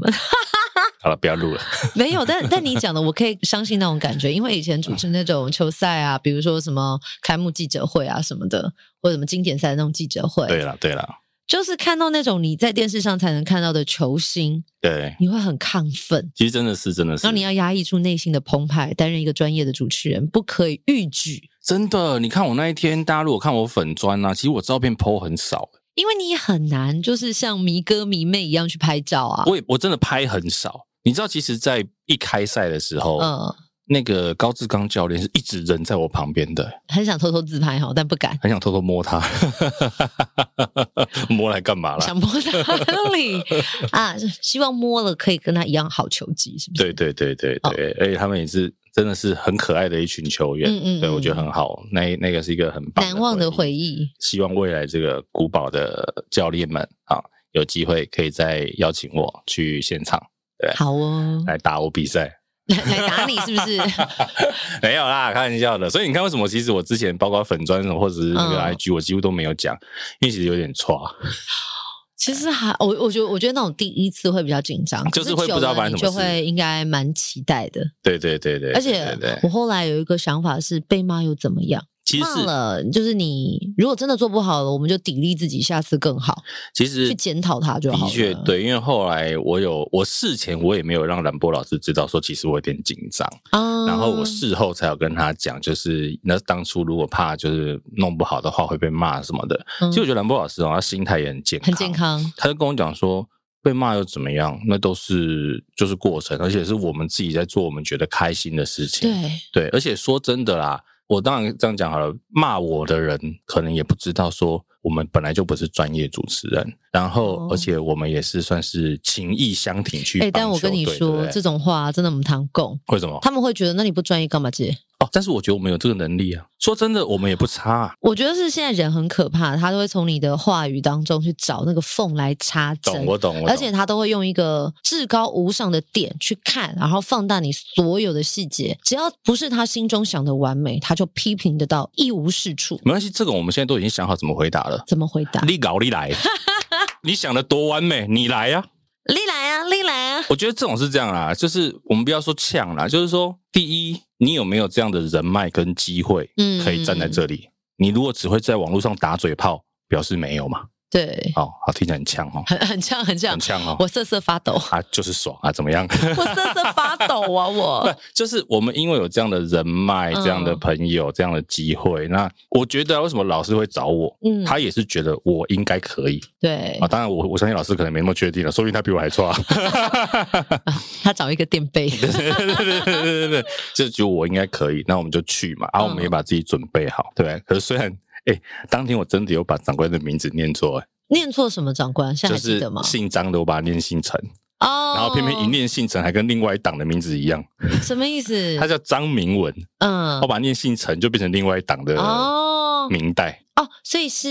好了，不要录了。没有，但但你讲的我可以相信那种感觉，因为以前主持那种球赛啊，比如说什么开幕记者会啊什么的，或者什么经典赛的那种记者对啊会，了，对了，就是看到那种你在电视上才能看到的球星，对，你会很亢奋，其实真的是，真的是然后，你要压抑住内心的澎湃，担任一个专业的主持人，不可以逾矩，真的。你看我那一天，大家如果看我粉砖啊，其实我照片 PO 很少，因为你很难就是像迷哥迷妹一样去拍照啊。我也我真的拍很少。你知道，其实，在一开赛的时候，嗯，那个高志刚教练是一直人在我旁边的、很想偷偷自拍哈，但不敢。很想偷偷摸他， 摸来干嘛啦？想摸哪 里啊？希望摸了可以跟他一样好球技，是不是？对对对对哦对，而且他们也是真的是很可爱的一群球员，嗯嗯对嗯我觉得很好，那那个是一个很棒难忘的回忆。忆。希望未来这个古堡的教练们啊，有机会可以再邀请我去现场对好哦，来打我 比赛。来来打你是不 是？没有啦，开玩笑的。所以你看，为什么其实我之前包括粉砖什么或者是那个嗯 IG，、我几乎都没有讲，因为其实有点差，其实还我我觉得我觉得那种第一次会比较紧张，就是可会不知道久了发生你什么就事会应该蛮期待的。对对对对，而且对对我对后来有一个想法是，被骂又怎么样？其实骂了就是你如果真的做不好了，我们就砥砺自己，下次更好，其实去检讨他就好了。的确，对，因为后来我有我事前我也没有让兰波老师知道说，其实我有点紧张，啊。然后我事后才有跟他讲，就是那当初如果怕就是弄不好的话会被骂什么的。嗯其实我觉得兰波老师哦，他心态也很健康，很健。康，他就跟我讲说，被骂又怎么样？那都是就是过程，而且是我们自己在做我们觉得开心的事情。对，对，而且说真的啦，我当然这样讲好了，骂我的人可能也不知道说我们本来就不是专业主持人，然后、哦而且我们也是算是情谊相挺去哎、帮球但队。我跟你对不说，对这种话真的很难供，为什么？他们会觉得那你不专业干嘛接？哦，但是我觉得我们有这个能力啊。说真的，我们也不差、啊。我觉得是现在人很可怕，他都会从你的话语当中去找那个缝来插针懂，。我懂，我懂。而且他都会用一个至高无上的点去看，然后放大你所有的细节，只要不是他心中想的完美，他就批评得到一无是处。没关系，这个我们现在都已经想好怎么回答了。怎么回答？嗯你搞 你来，你想的多完美，你来呀、啊！丽来啊，丽来啊！我觉得这种是这样啦，就是我们不要说呛啦，就是说，第一，你有没有这样的人脉跟机会，嗯可以站在这里？你如果只会在网络上打嘴炮，表示没有嘛？对，哦，好，听起来很呛哦，很很呛，很呛很，呛哦，我瑟瑟发 抖，啊，就是爽啊，怎么样？我瑟瑟发抖啊！不我， 就是我们因为有这样的人脉、嗯这样的朋友、这样的机会，那我觉得啊为什么老师会找我？嗯，他也是觉得我应该可以对啊，，当然我我相信老师可能没那么确定了，说不定他比我还差。他找一个垫背， 对对对对对对对，就觉得我应该可以，那我们就去嘛，然后我们也把自己准备好，对不对？可是虽然，哎、当天我真的有把长官的名字念错、诶念错什么长官？现在就还记是得吗？姓张的，我把它念姓陈，哦，然后偏偏一念姓陈，还跟另外一党的名字一样，什么意思？他叫哦张明文，嗯我把它念姓陈，就变成另外一党的哦明代，哦，所以是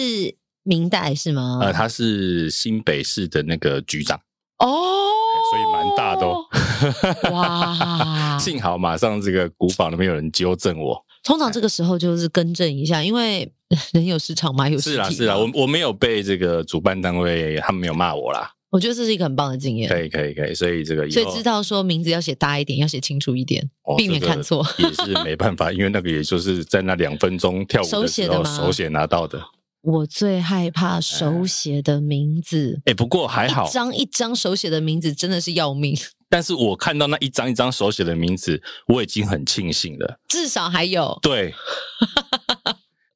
明代是吗？呃，他是新北市的那个局长，哦，所以蛮大的哦。！哇 幸好马上这个古堡那边有人纠正我，通常这个时候就是更正一下，因为 呃人有市场嘛，有是实啦体是啦，嘛我我没有被这个主办单位他们没有骂我啦，我觉得这是一个很棒的经验可。以可以可以，所以这个以嗯所后以知道说名字要写大一点，要写清楚一点，哦避免这个看错 也是没办法，因为那个也就是在那两分钟跳舞手的写时的候吗手写拿到的。我最害怕手写的名字，哎，不过哎还好一，张一张手写的名字真的是要命。 但是我看到那一张一张手写的名字，我已经很庆幸了。至少还有， 对，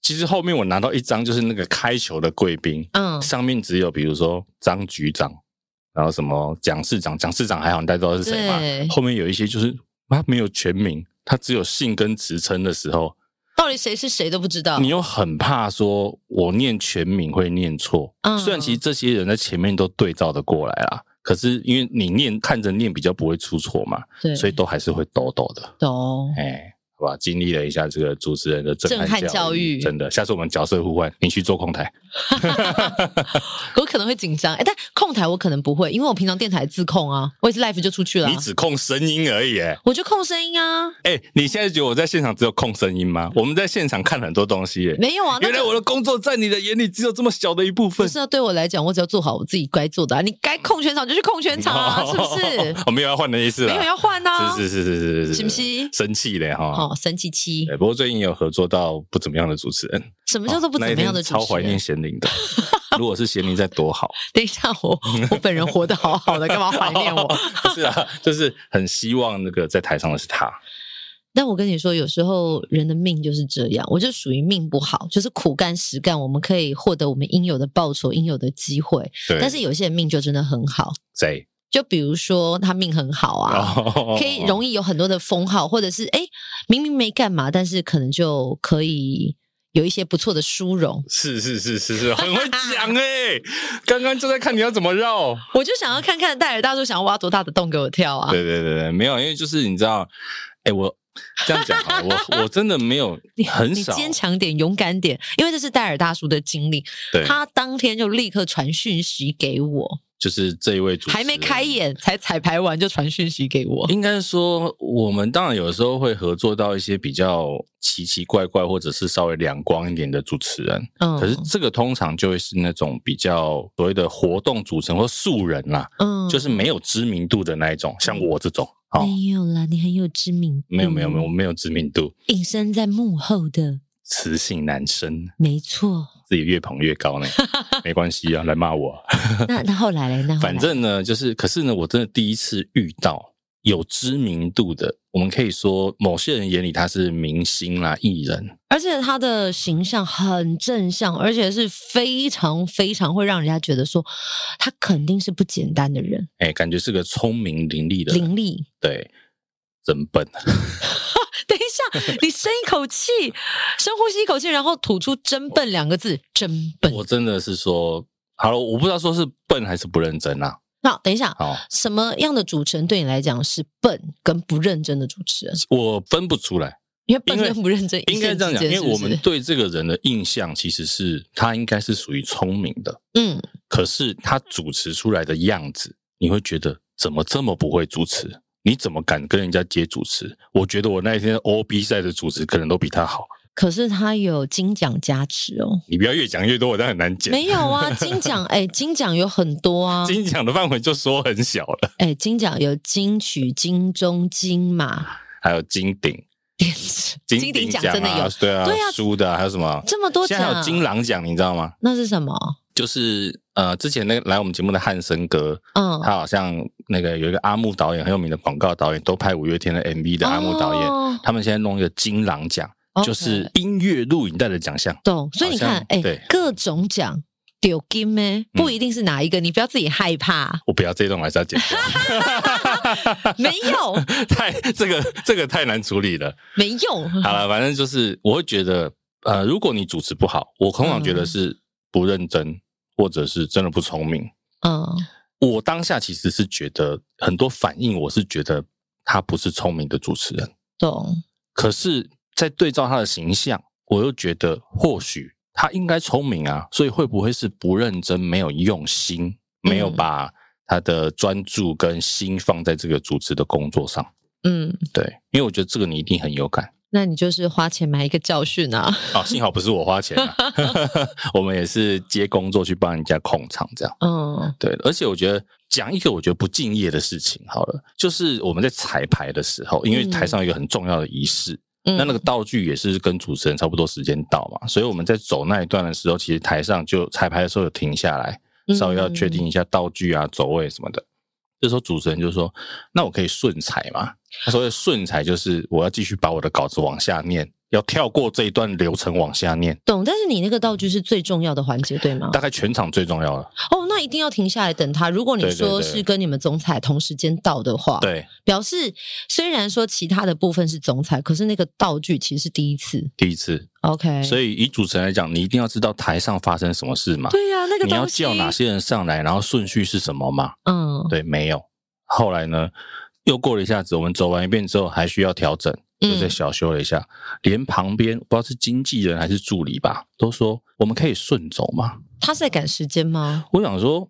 其实后面我拿到一张就是那个开球的贵宾，嗯，上面只有比如说张局长，然后什么蒋市长，蒋市长还好，你大家知道是谁对嘛？后面有一些就是他没有全名，他只有姓跟职称的时候，到底谁是谁都不知道你。又很怕说我念全名会念错。嗯虽然其实这些人在前面都对照的过来啦，可是因为你念看着念比较不会出错嘛，对，所以都还是会抖抖的。懂。哎，好吧，经历了一下这个主持人的震震撼教育真的，下次我们角色互换，你去做控台。我可能会紧张，哎，但控台我可能不会，因为我平常电台自控啊，我也是 live 就出去了啊、你只控声音而已、哎，我就控声音啊，哎、你现在觉得我在现场只有控声音吗？我们在现场看很多东西、哎没有啊，那原个来我的工作在你的眼里只有这么小的一部不分。是啊，对我来讲，我只要做好我自己该做的、啊，你该控全场就去控全场 啊，是不是？我没有要换的意思啦，没有要换啊，哦是是是是是是，是不是生气嘞哈？哦，神奇七，对，不过最近有合作到不怎么样的主持人，什么叫做不怎么样的主哦那一天持超怀人？念贤 玲的。如果是贤玲在多好，等一下， 我我本人活得好好的，干嘛怀念我？不 是啊，就是很希望那个在台上的是他。但我跟你说，有时候人的命就是这样，我就属于命不好，就是苦干实干，我们可以获得我们应有的报酬、应有的机会。对，但是有些人命就真的很好，谁？就比如说他命很好啊，哦可以易容易有很多的封号，或者是哎，诶明明没干嘛，但是可能就可以有一些不错的殊荣。 是是是是是，很会讲哎、 刚刚就在看你要怎么绕。我就想要看看戴尔大叔想要挖多大的洞给我跳啊！对对对对，没有，因为就是你知道，哎、我这样讲好了， 我我真的没有你很你少坚强点，勇敢点，因为这是戴尔大叔的经历。对，他当天就立刻传讯息给我，就是这一位主持人还没开演才彩排完就传讯息给我。应该说，我们当然有时候会合作到一些比较奇奇怪怪，或者是稍微两光一点的主持人。嗯，可是这个通常就会是那种比较所谓的活动组成或素人啦、嗯就是没有知名度的那一种，像我这种哦，没有啦，你很有知名度，没有没有嗯没有，我，没有知名度，隐身在幕后的，雌性男生没错。自己越捧越 高呢，没关系啊，来骂我啊、那那后来嘞，那后来反正呢，就是可是呢，我真的第一次遇到有知名度的，我们可以说某些人眼里他是明星啦、艺人。而且他的形象很正向，而且是非常非常会让人家觉得说他肯定是不简单的人，哎、感觉是个聪明伶俐的人，伶俐。对，真笨。 等一下，你深一口气，深呼吸一口气，然后吐出“真笨”两个字，真笨。我真的是说，好了，我不知道说是笨还是不认真啦、那等一下，好，什么样的主持人对你来讲是笨跟不认真的主持人？ 我分不出来，因为笨因为跟不认真应该这样讲，一线之间因为我是们不是对这个人的印象其实是他应该是属于聪明的，嗯，可是他主持出来的样子，你会觉得怎么这么不会主持？你怎么敢跟人家接主持？我觉得我那一天 O B 赛的主持可能都比他好。可是他有金奖加持哦。你不要越讲越多，我但很难讲。没有啊，金奖哎，金奖有很多啊，金奖的范围就说很小了，哎，金奖有金曲、金钟、金马、还有金鼎、电视金鼎鼎奖啊真的有对啊，对啊输的啊、还有什么？这么多现在还有奖，金狼奖，你知道吗？那是什么？就是呃，之前那个来我们节目的汉森哥，嗯，他好像那个有一个阿木导演很有名的广告导演，都拍五月天的 MV 的阿木导演，哦他们现在弄一个金狼奖，就是音乐录影带的奖项。懂。所以你好看像，哎对，。各种奖丢金咩，不一定是哪一个，你不要自己害怕我不要这段，我还是要剪 没有，掉， 太这个这个太难处理了。没有。好了，反正就是我会觉得，呃，如果你主持不好，我通常觉嗯得是不认真，或者是真的不聪明。嗯，我当下其实是觉得很多反应，我是觉得他不是聪明的主持人。懂。可是，在对照他的形象，我又觉得或许他应该聪明啊，所以会不会是不认真、没有用心、没有把他的专注跟心放在这个组织的工作上？嗯，对，因为我觉得这个你一定很有感那你就是花钱买一个教训啊。啊。幸好不是我花钱、啊， 我们也是接工作去帮人家控场这样。嗯对，而且我觉得讲一个我觉得不敬业的事情好了，就是我们在彩排的时候，因为嗯台上有一个很重要的仪式，嗯，那那个道具也是跟主持人差不多时间到嘛，所以我们在走那一段的时候，其实台上就彩排的时候有停下来，个稍微要确嗯定一下道具啊、走位什么的。这时候主持人就说：“那我可以顺彩吗？”他说：“顺彩就是我要继续把我的稿子往下念，要跳过这一段流程往下念，懂。但是你那个道具是最重要的环节，对吗？大概全场最重要了。哦，那一定要停下来等他。如果你对对说对是跟你们总裁同时间到的话，”对，表示虽然说其他的部分是总裁，可是那个道具其实是第一次。第一次， OK，所以以主持人来讲，你一定要知道台上发生什么事嘛，对呀、那个你要东西叫哪些人上来，然后顺序是什么嘛。嗯，对，没有。后来呢，又过了一下子，我们走完一遍之后，还需要调整，嗯又再小修了一下。连旁边不知道是经纪人还是助理吧，都说我们可以顺走吗？他是在赶时间吗？我想说，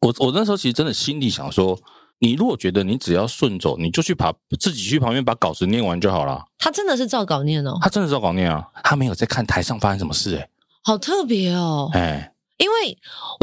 我我那时候其实真的心里想说，你如果觉得你只要顺走，你就去把自己去旁边把稿子念完就好了。他真的是照稿念哦，他真的照稿念啊，他没有在看台上发生什么事、欸，好特别哦。哎、因为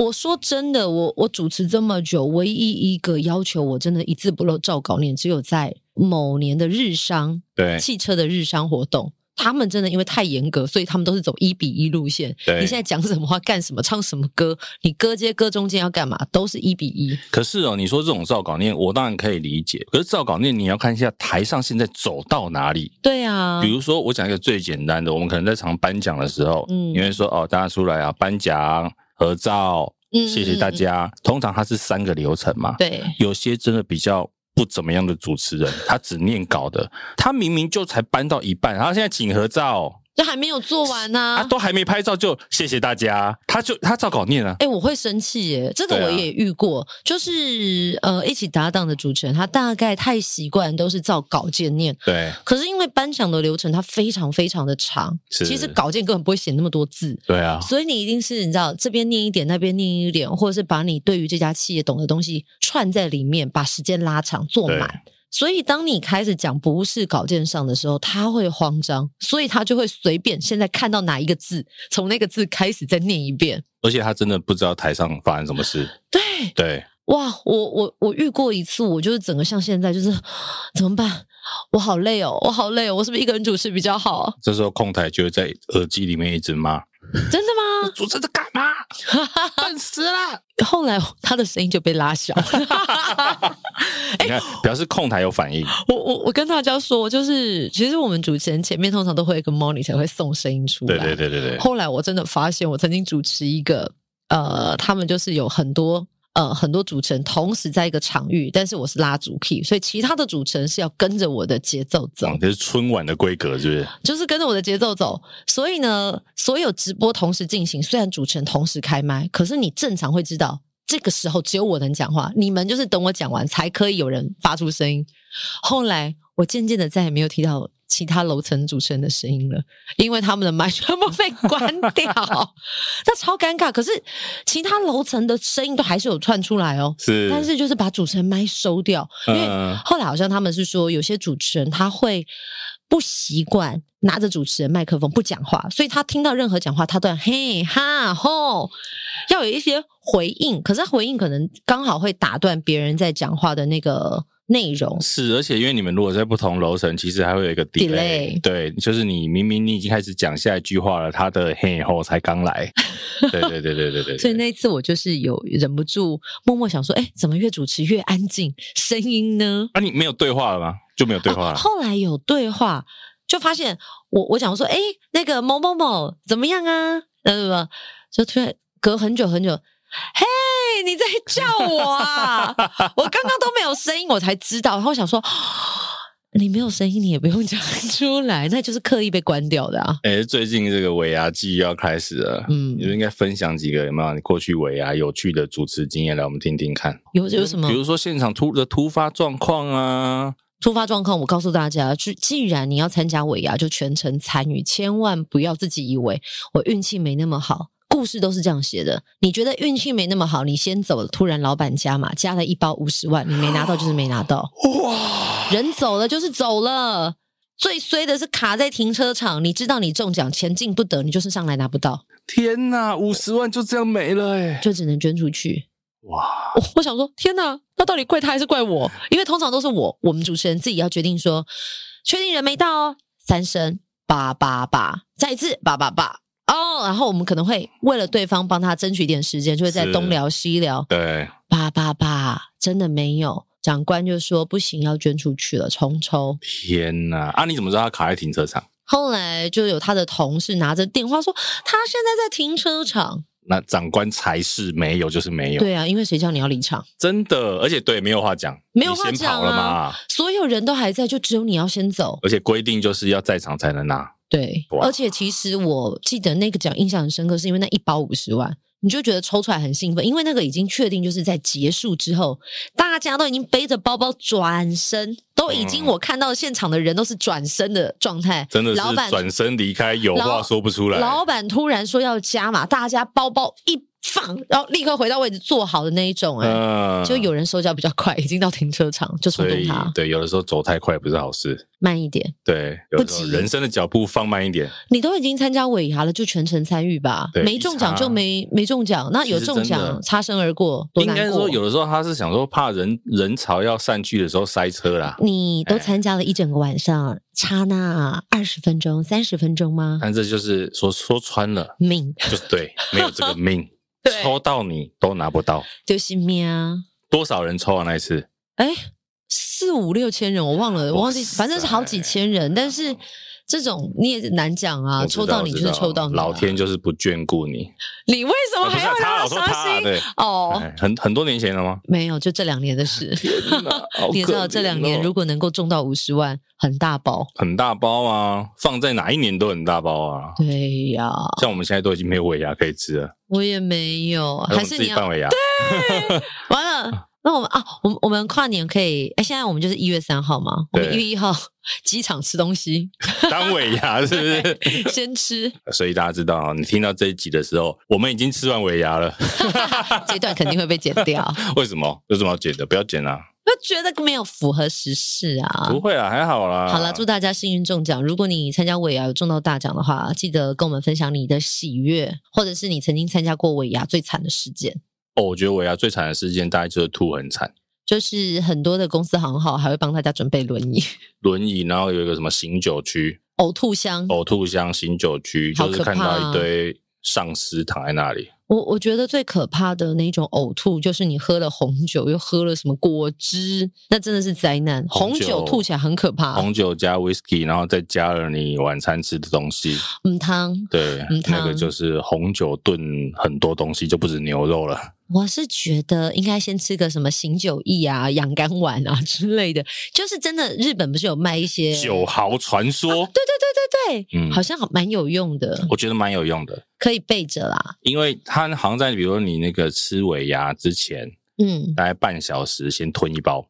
我说真的，我我主持这么久，唯一一个要求我真的一字不漏照稿念，只有在某年的日商对汽车的日商活动。他们真的因为太严格，所以他们都是走一比一路线。对你现在讲什么话、干什么、唱什么歌，你歌接歌中间要干嘛，都是一比一。可是哦，你说这种照稿念，我当然可以理解。可是照稿念，你要看一下台上现在走到哪里。对啊，比如说，我讲一个最简单的，我们可能在常颁奖的时候，嗯你会说哦，大家出来啊，颁奖、合照，嗯谢谢大家。通常它是三个流程嘛，对，有些真的比较不怎么样的主持人，他只念稿的，他明明就才颁到一半，然后现在请合照，就还没有做完呢、啊，都还没拍照就谢谢大家，他就他照稿念啊，哎、我会生气耶！这个对啊我也遇过，就是呃，一起搭档的主持人，他大概太习惯都是照稿件念，对可是因为颁奖的流程它非常非常的长，是其实稿件根本不会写那么多字，对啊，所以你一定是你知道这边念一点，那边念一点，或者是把你对于这家企业懂的东西串在里面，把时间拉长做满。所以，当你开始讲不是稿件上的时候，他会慌张，所以他就会随便现在看到哪一个字，从那个字开始再念一遍。而且他真的不知道台上发生什么事，对，对。哇，我我我遇过一次，我就是整个像现在就是怎么办？我好累哦，我好累哦，我是不是一个人主持比较好？这时候控台就会在耳机里面一直骂，真的吗？ 主持人在干嘛？笨死了！后来他的声音就被拉小。哎你看，表示控台有反应，我我我跟大家说，就是其实我们主持人前面通常都会有一个 monitor 会送声音出来。对对对对对，后来我真的发现，我曾经主持一个呃，他们就是有很多呃很多主持人同时在一个场域，但是我是拉主 key，所以其他的主持人是要跟着我的节奏走，嗯，这是春晚的规格，是不是？就是跟着我的节奏走。所以呢，所有直播同时进行，虽然主持人同时开麦，可是你正常会知道。这个时候只有我能讲话，你们就是等我讲完才可以有人发出声音。后来我渐渐的再也没有听到其他楼层主持人的声音了，因为他们的麦全部被关掉，那超尴尬。可是其他楼层的声音都还是有窜出来哦，是，但是就是把主持人麦收掉，因为嗯后来好像他们是说有些主持人他会不习惯拿着主持人麦克风不讲话，所以他听到任何讲话，他都要嘿哈吼，要有一些回应，可是回应可能刚好会打断别人在讲话的那个内容。是，而且因为你们如果在不同楼层，其实还会有一个 delay，, Delay 对，就是你明明你已经开始讲下一句话了，他的嘿后才 刚来，对对对对对对，所以那一次我就是有忍不住默默想说，哎，怎么越主持越安静，声音呢？啊，你没有对话了吗？就没有对话哦了，后来有对话，就发现我我讲说，哎，那个某某某怎么样啊？那什么，就突然隔很久很久，嘿，你在叫我啊？ 我刚刚都没有声音，我才知道。然后我想说，你没有声音，你也不用讲出来，那就是刻意被关掉的啊。哎、最近这个尾牙季要开始了，嗯你，们应该分享几个有没有你过去尾牙有趣的主持经验来，我们听听看。有有什么比如说现场突的突发状况啊，突发状况？我告诉大家，就既然你要参加尾牙，就全程参与，千万不要自己以为我运气没那么好。故事都是这样写的，你觉得运气没那么好，你先走了，突然老板加码，加了一包五十万，你没拿到就是没拿到，哇，人走了就是走了。最衰的是卡在停车场，你知道你中奖钱进不得，你就是上来拿不到，天哪，五十万就这样没了哎、就只能捐出去。哇，我我想说，天哪，那到底怪他还是怪我？因为通常都是我，我们主持人自己要决定说，确定人没到哦，三声八八八，再一次八八八哦，然后我们可能会为了对方帮他争取一点时间，就会在是东聊西聊，对，八八八，真的没有。长官就说不行，要捐出去了，重抽。天哪，啊，你怎么知道他卡在停车场？后来就有他的同事拿着电话说，他现在在停车场。那长官才是没有，就是没有，对啊，因为谁叫你要离场？真的，而且对，没有话讲，没有话你先跑讲了啊嘛，！所有人都还在，就只有你要先走。而且规定就是要在场才能拿，对，哇而且其实我记得那个奖印象很深刻，是因为那一包五十万，你就觉得抽出来很兴奋，因为那个已经确定就是在结束之后，大家都已经背着包包转身，都已经嗯我看到现场的人都是转身的状态，真的老板是转身离开，有老话说不出来。老板突然说要加码，大家包包一放，然后立刻回到位置坐好的那一种、哎、嗯就有人手脚比较快，已经到停车场就冲所动以他，对，有的时候走太快不是好事。慢一点，对，有的时候不急人生的脚步放慢一点。你都已经参加尾牙了，就全程参与吧。对没中奖就没没中奖，那有中其实真奖的擦身而过，多应难过。该说，有的时候他是想说怕人人潮要散去的时候塞车啦。你都参加了一整个晚上，差那二十分钟、三十分钟吗？但这就是说说穿了，命就是对，没有 这个命对，抽到你都拿不到。就是命啊！多少人抽啊那一次？哎，四五六千人，我忘了，我忘记，哇塞反正是好几千人，但是。这种你也难讲啊，我知抽道到你我就知道是抽到你啊，老天就是不眷顾你。你为什么啊不还是要啊他，让我说他伤啊心？对，哦，哎很很多年前了 吗？没有，就这两年的事。你也哦知道这两年如果果能够中到五十万，很大包。很大包啊，放在哪一年都很大包啊。对呀、像我们现在都已经没有尾牙可以吃了，我也没有，还那我们是自你己办要尾牙。完了。那我们啊，我们我们跨年可以，哎，现在我们就是一月三号嘛，我们一对月一号机场吃东西， 当尾牙是不是？先吃，所以大家知道啊，你听到这一集的时候，我们已经吃完尾牙了。 这段肯定会被剪掉，为什么？有什么要剪的？不要剪啦、我觉得没有符合时事啊不。会啦，还好啦。好了，祝大家幸运中奖！如果你参加尾牙有中到大奖的话，记得跟我们分享你的喜悦，或者是你曾经参加过尾牙最惨的事件。哦，我觉得尾牙最惨的事件大概就是吐很惨，就是很多的公司行号还会帮大家准备轮椅、 轮椅，然后有一个什么醒酒区，呕吐箱，呕吐箱醒酒区，好就可是看怕啊到一堆丧尸躺在那里。我我觉得最可怕的那种呕吐，就是你喝了红酒，又喝了什么果汁，那真的是灾难。红红酒酒吐起来很可怕，红酒加 whisky，然后再加了你晚餐吃的 东西，嗯汤。对嗯，那个汤就是红酒炖很多东西，就不止牛肉了。我是觉得应该先吃个什么醒酒液啊、养肝丸啊 之类的。就是真的，日本不是有卖一些啊酒豪传说，对对对对对，嗯好像好蛮有用的，我觉得蛮有用的，可以备着啦。因为它好像在比如说你那个吃尾牙之前，嗯，大概半小时先吞 一包。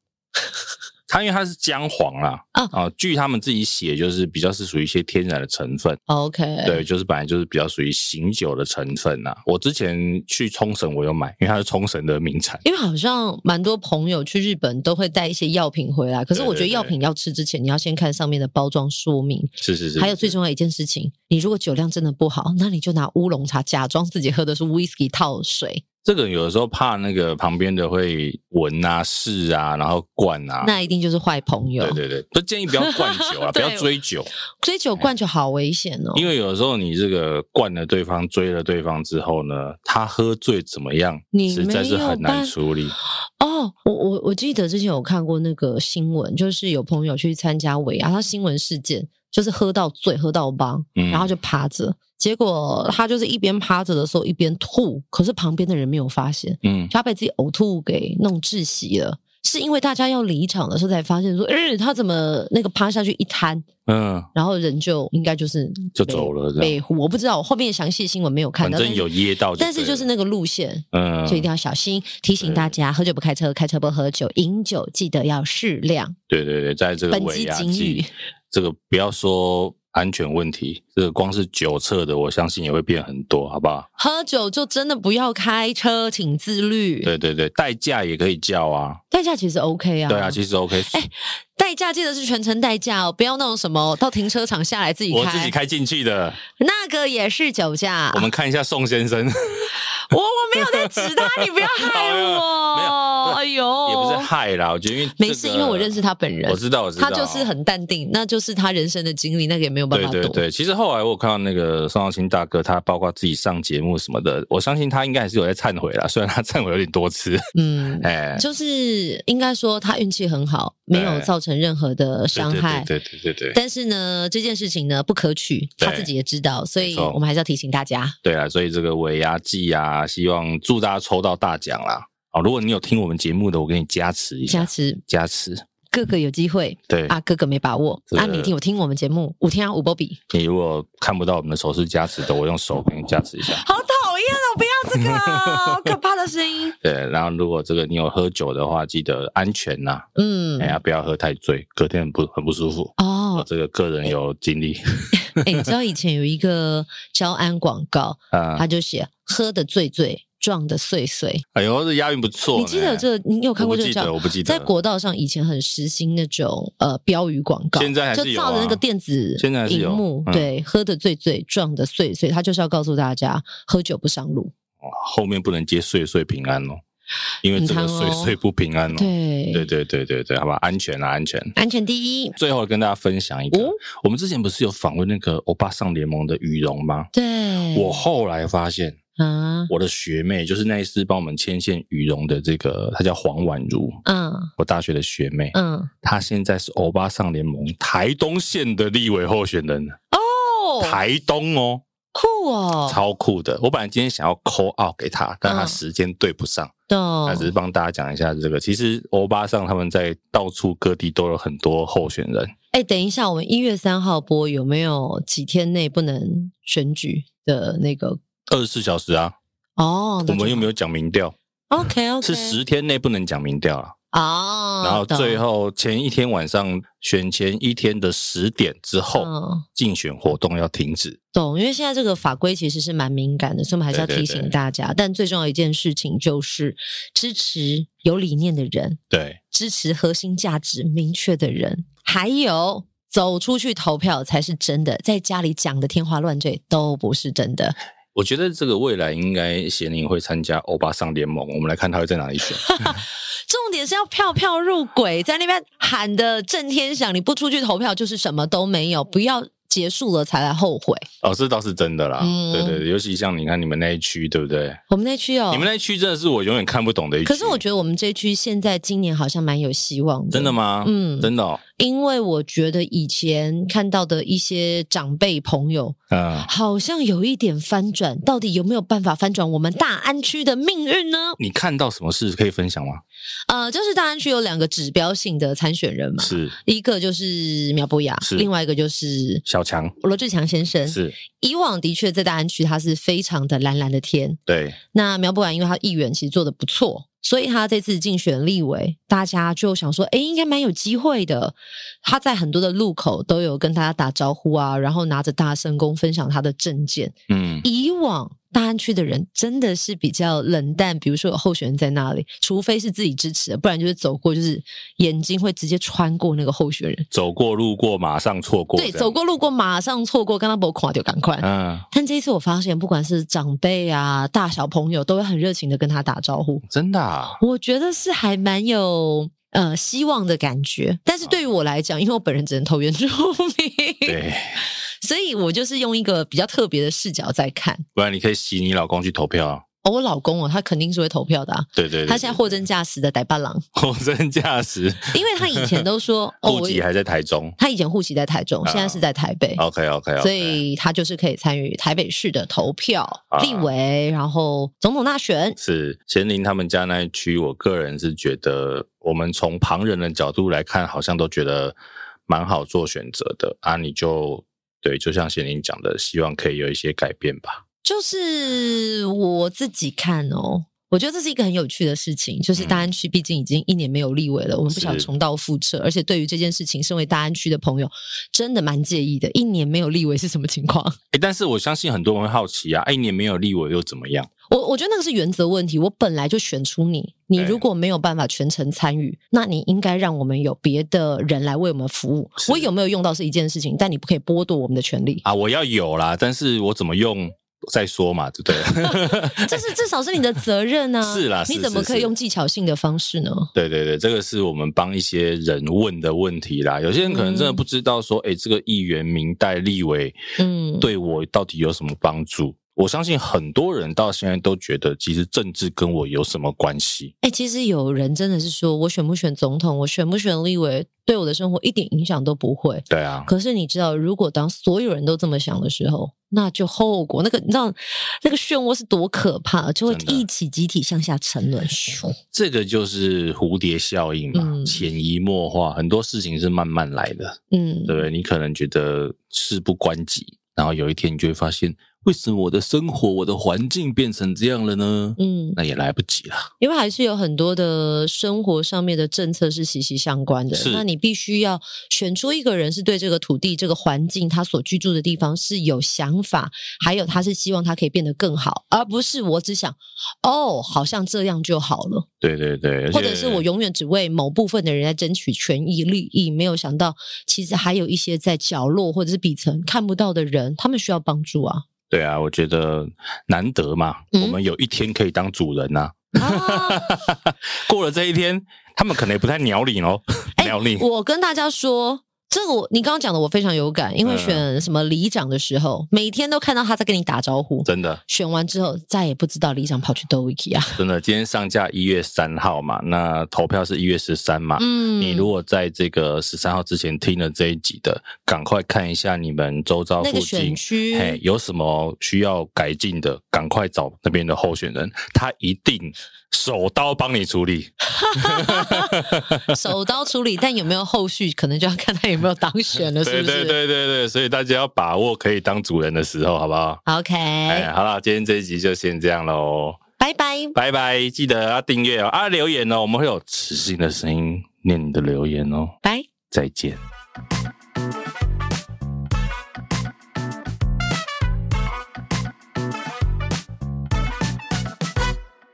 它因为它是姜黄啦，哦啊据他们自己写，就是比较是属于一些天然的成分， OK，对，就是本来就是比较属于醒酒的成分呐、我之前去冲绳我有买，因为它是冲绳的名产。因为好像蛮多朋友去日本都会带一些药品回来，可是对我觉得对药品要吃之前，你要先看上面的包装说明。是是是，还有最重要一件事情，你如果酒量真的不好，那你就拿乌龙茶假装自己喝的是 whisky 套水，这个有的时候怕那个旁边的会闻啊、试啊，然后灌啊。那一定就是坏朋友。对对对，不建议不要灌 酒啊，不对要追酒，追酒灌酒好危险哦。因为有的时候你这个灌了对方、追了对方之后呢，他喝醉怎么样，你实在是没有很难办处理。哦，我我我记得之前有看过那个新闻，就是有朋友去参加尾牙，他新闻事件就是喝到醉，喝到帮，嗯然后就趴着，结果他就是一边趴着的时候一边吐，可是旁边的人没有发现，嗯就，他被自己呕吐给弄窒息了。是因为大家要离场的时候才发现说，嗯、他怎么那个趴下去一瘫，嗯，然后人就应该就是就被走了这样被我不知道，我后面详细的新闻没有看反到，正有噎到对了，但是，但是就是那个路线，嗯，所以一定要小心。提醒大家，喝酒不开车，开车不喝酒，饮酒记得要适量。对对对，在这个本尾集牙警季语，这个不要说安全问题，这个光是酒测的，我相信也会变很多，好不好？喝酒就真的不要开车，请自律。对对对，代驾也可以叫啊，代驾其实 OK 啊，对啊，其实 OK，、代驾记得是全程代驾哦，不要那种什么到停车场下来自己我开，自己开进去啊的。那个也是酒驾。我们看一下宋先生， 我我没有在指他，你不要害没我。哎也不是呦，害啦，我觉得因为、没事，因为我认识他本人我，知道，我知道，他就是很淡定，那就是他人生的经历，那个也没有办对法对懂。对。其实后来我有看到那个宋耀清大哥，他包括自己上节目什么的，我相信他应该还是有在忏悔啦， 虽然他忏悔有点多次，嗯，哎，就是应该说他运气很好，没有对造成任何的伤害。对对对对对对但是呢，这件事情呢不可取，对他自己也知道，所没以错我们还是要提醒大家。对啊，所以这个尾牙季啊，希望祝大家抽到大奖啦！哦，如果你有听我们节目的，我给你加持一下，加持加持。各个有机会啊对啊，各个没把握是的啊，你一定有听我们节目，五天啊五波 比，你如果看不到我们的手势加持的，我用手给你加持一下。好讨厌哦！不要这个，哦好可怕的声音。对，然后如果这个你有喝酒的话，记得安全呐、 嗯哎，呀，不要喝太醉，隔天很不很不舒服。我哦，这个个人有 经历哎，你知道以前有一个招安广告， 啊他，就写喝的醉醉，撞的碎碎。哎呦，这押韵不错呢。你记得有这个？你有我看过不这个记叫得，我不记得。在国道上以前很时兴那种呃标语广告，现在还是就有啊照着那个电子现在还是有荧幕，嗯对，喝的醉醉，撞的碎碎，他就是要告诉大家，喝酒不上路。哦后面不能接岁岁平安哦，因为这个你看哦岁岁不平安哦。对对对对对对，好吧，安全啊，安全。安全第一。最后跟大家分享一个，哦我们之前不是有访问那个欧巴桑联盟的羽绒吗？对，我后来发现，啊，我的学妹就是那一次帮我们牵线羽绒的这个，她叫黄婉如，嗯我大学的学妹，嗯，她现在是欧巴桑联盟台东县的立委候选人，哦，台东哦，酷哦，超酷的。我本来今天想要 call out 给她，但嗯她哦时间对不上，她懂只是帮大家讲一下这个。其实欧巴桑他们在到处各地都有很多候选人，哎，等一下，我们一月三号播，有没有几天内不能选举的那个？二十四小时啊，哦，我们又没有有讲民调。 OK OK 是十天内不能讲民调了，哦，然后懂最后前一天晚上选前一天的十点之后，嗯竞选活动要停止。懂，因为现在这个法规其实是蛮敏感的，所以我们还是要对对提对醒大家。但最重要一件事情就是支持有理念的人，对，支持核心价值明确的人，还有走出去投票才是真的，在家里讲的天花乱坠都不是真的。我觉得这个未来应该咸宁会参加欧巴桑联盟，我们来看他会在哪 里选。重点是要票票入轨，在那边喊的震天响，你不出去投票就是什么都没有，不要结束了才来后悔。哦，这倒是真的啦。嗯对对，尤其像你看你们那一区，对不对？我们那区哦，你们那一区真的是我永远看不懂的一区。可是我觉得我们这区现在今年好像蛮有希望的，真的吗？嗯真的哦。因为我觉得以前看到的一些长辈朋友，嗯，好像有一点翻转，到底有没有办法翻转我们大安区的命运呢？你看到什么事可以分享吗？呃，就是大安区有两个指标性的参选人嘛，是一个就是苗博雅，是另外一个就是小强，罗志强先生。是以往的确在大安区他是非常的蓝蓝的天，对，那苗博雅因为他议员其实做的不错，所以他这次竞选立委，大家就想说，诶，应该蛮有机会的。他在很多的路口都有跟大家打招呼啊，然后拿着大声公分享他的证件。嗯，以往大安区的人真的是比较冷淡，比如说有候选人在那里，除非是自己支持的，不然就是走过，就是眼睛会直接穿过那个候选人。走过路过马上错过，对，这样走，过路过马上错过，刚刚我垮掉，赶快。嗯，但这一次我发现，不管是长辈啊、大小朋友，都会很热情的跟他打招呼。真的啊， 我觉得是还蛮有呃希望的感觉，但是对于我来讲，因为我本人只能投原住民，啊对， 所以我就是用一个比较特别的视角在看。不然你可以洗你老公去投票啊。哦，我老公哦，他肯定是会投票的、啊。对对对，他现在货真价实的逮伴郎， 货真价实，因为他以前都 说哦，户我籍还在台中。他以前户籍在台中，啊现在是在台北， OK OK OK，所以他就是可以参与台北市的投票、啊立委，然后总统大选。是贤玲他们家那一区，我个人是觉得，我们从旁人的角度来看，好像都觉得蛮好做选择的啊。你就对，就像贤玲讲的，希望可以有一些改变吧。就是我自己看哦，我觉得这是一个很有趣的事情。就是大安区毕竟已经一年没有立委了，我们不想嗯是重蹈覆辙。而且对于这件事情，身为大安区的朋友，真的蛮介意的。一年没有立委是什么情况？ 诶，但是我相信很多人会好奇啊，哎，你没有立委又怎么样？我我觉得那个是原则问题。我本来就选出你，你对如果没有办法全程参与，那你应该让我们有别的人来为我们服务。是我有没有用到是一件事情，但你不可以剥夺我们的权 利。啊，我要有啦，但是我怎么用再说嘛，对不 对？这是至少是你的责任呢、啊。是啦是你怎么是可以是用技巧性的方式呢？对对对，这个是我们帮一些人问的问题啦。有些人可能真的不知道说，哎、这个议员、明代、立委嗯，对我到底有什么帮助？我相信很多人到现在都觉得，其实政治跟我有什么关系？哎、其实有人真的是说，我选不选总统，我选不选立委，对我的生活一点影响都不会。对啊，可是你知道，如果当所有人都这么想的时候，那就后果，那个你知道那个漩涡是多可怕，就会真的一起集体向下沉沦。咻这个就是蝴蝶效应嘛，嗯潜移默化，很多事情是慢慢来的，嗯，对不对？你可能觉得事不关己，然后有一天你就会发现，为什么我的生活、我的环境变成这样了呢？嗯，那也来不及了。因为还是有很多的生活上面的政策是息息相关的是。那你必须要选出一个人是对这个土地、这个环境、他所居住的地方是有想法，还有他是希望他可以变得更好，而不是我只想哦，好像这样就好了，对对对，而或者且是我永远只为某部分的人在争取权益利益，没有想到其实还有一些在角落或者是底层看不到的人，他们需要帮助 啊。对啊，我觉得难得嘛，嗯我们有一天可以当主人呐、啊 过了这一天，他们可能也不太鸟你哦，鸟你。哎我跟大家说，这个我你刚刚讲的我非常有感，因为嗯选什么里长的时候，每天都看到他在跟你打招呼。真的，选完之后，再也不知道里长跑去兜 wiki 啊。真的，今天上架一月三号嘛，那投票是一月十三嘛。嗯你如果在这个十三号之前听了这一集的，赶快看一下你们周遭那附个选近，区，嘿，有什么需要改进的，赶快找那边的候选人，他一定手刀帮你处理。 手刀处理，但有没有后续，可能就要看他有没有当选了， 是 对不是对对对对，所以大家要把握可以当主人的时候，好不好？ o k 哎，好啦，今天这一集就先这样喽，拜拜。拜拜！记得要订阅哦，啊，留言哦，我们会有磁性的声音念你的留言哦，拜。再见。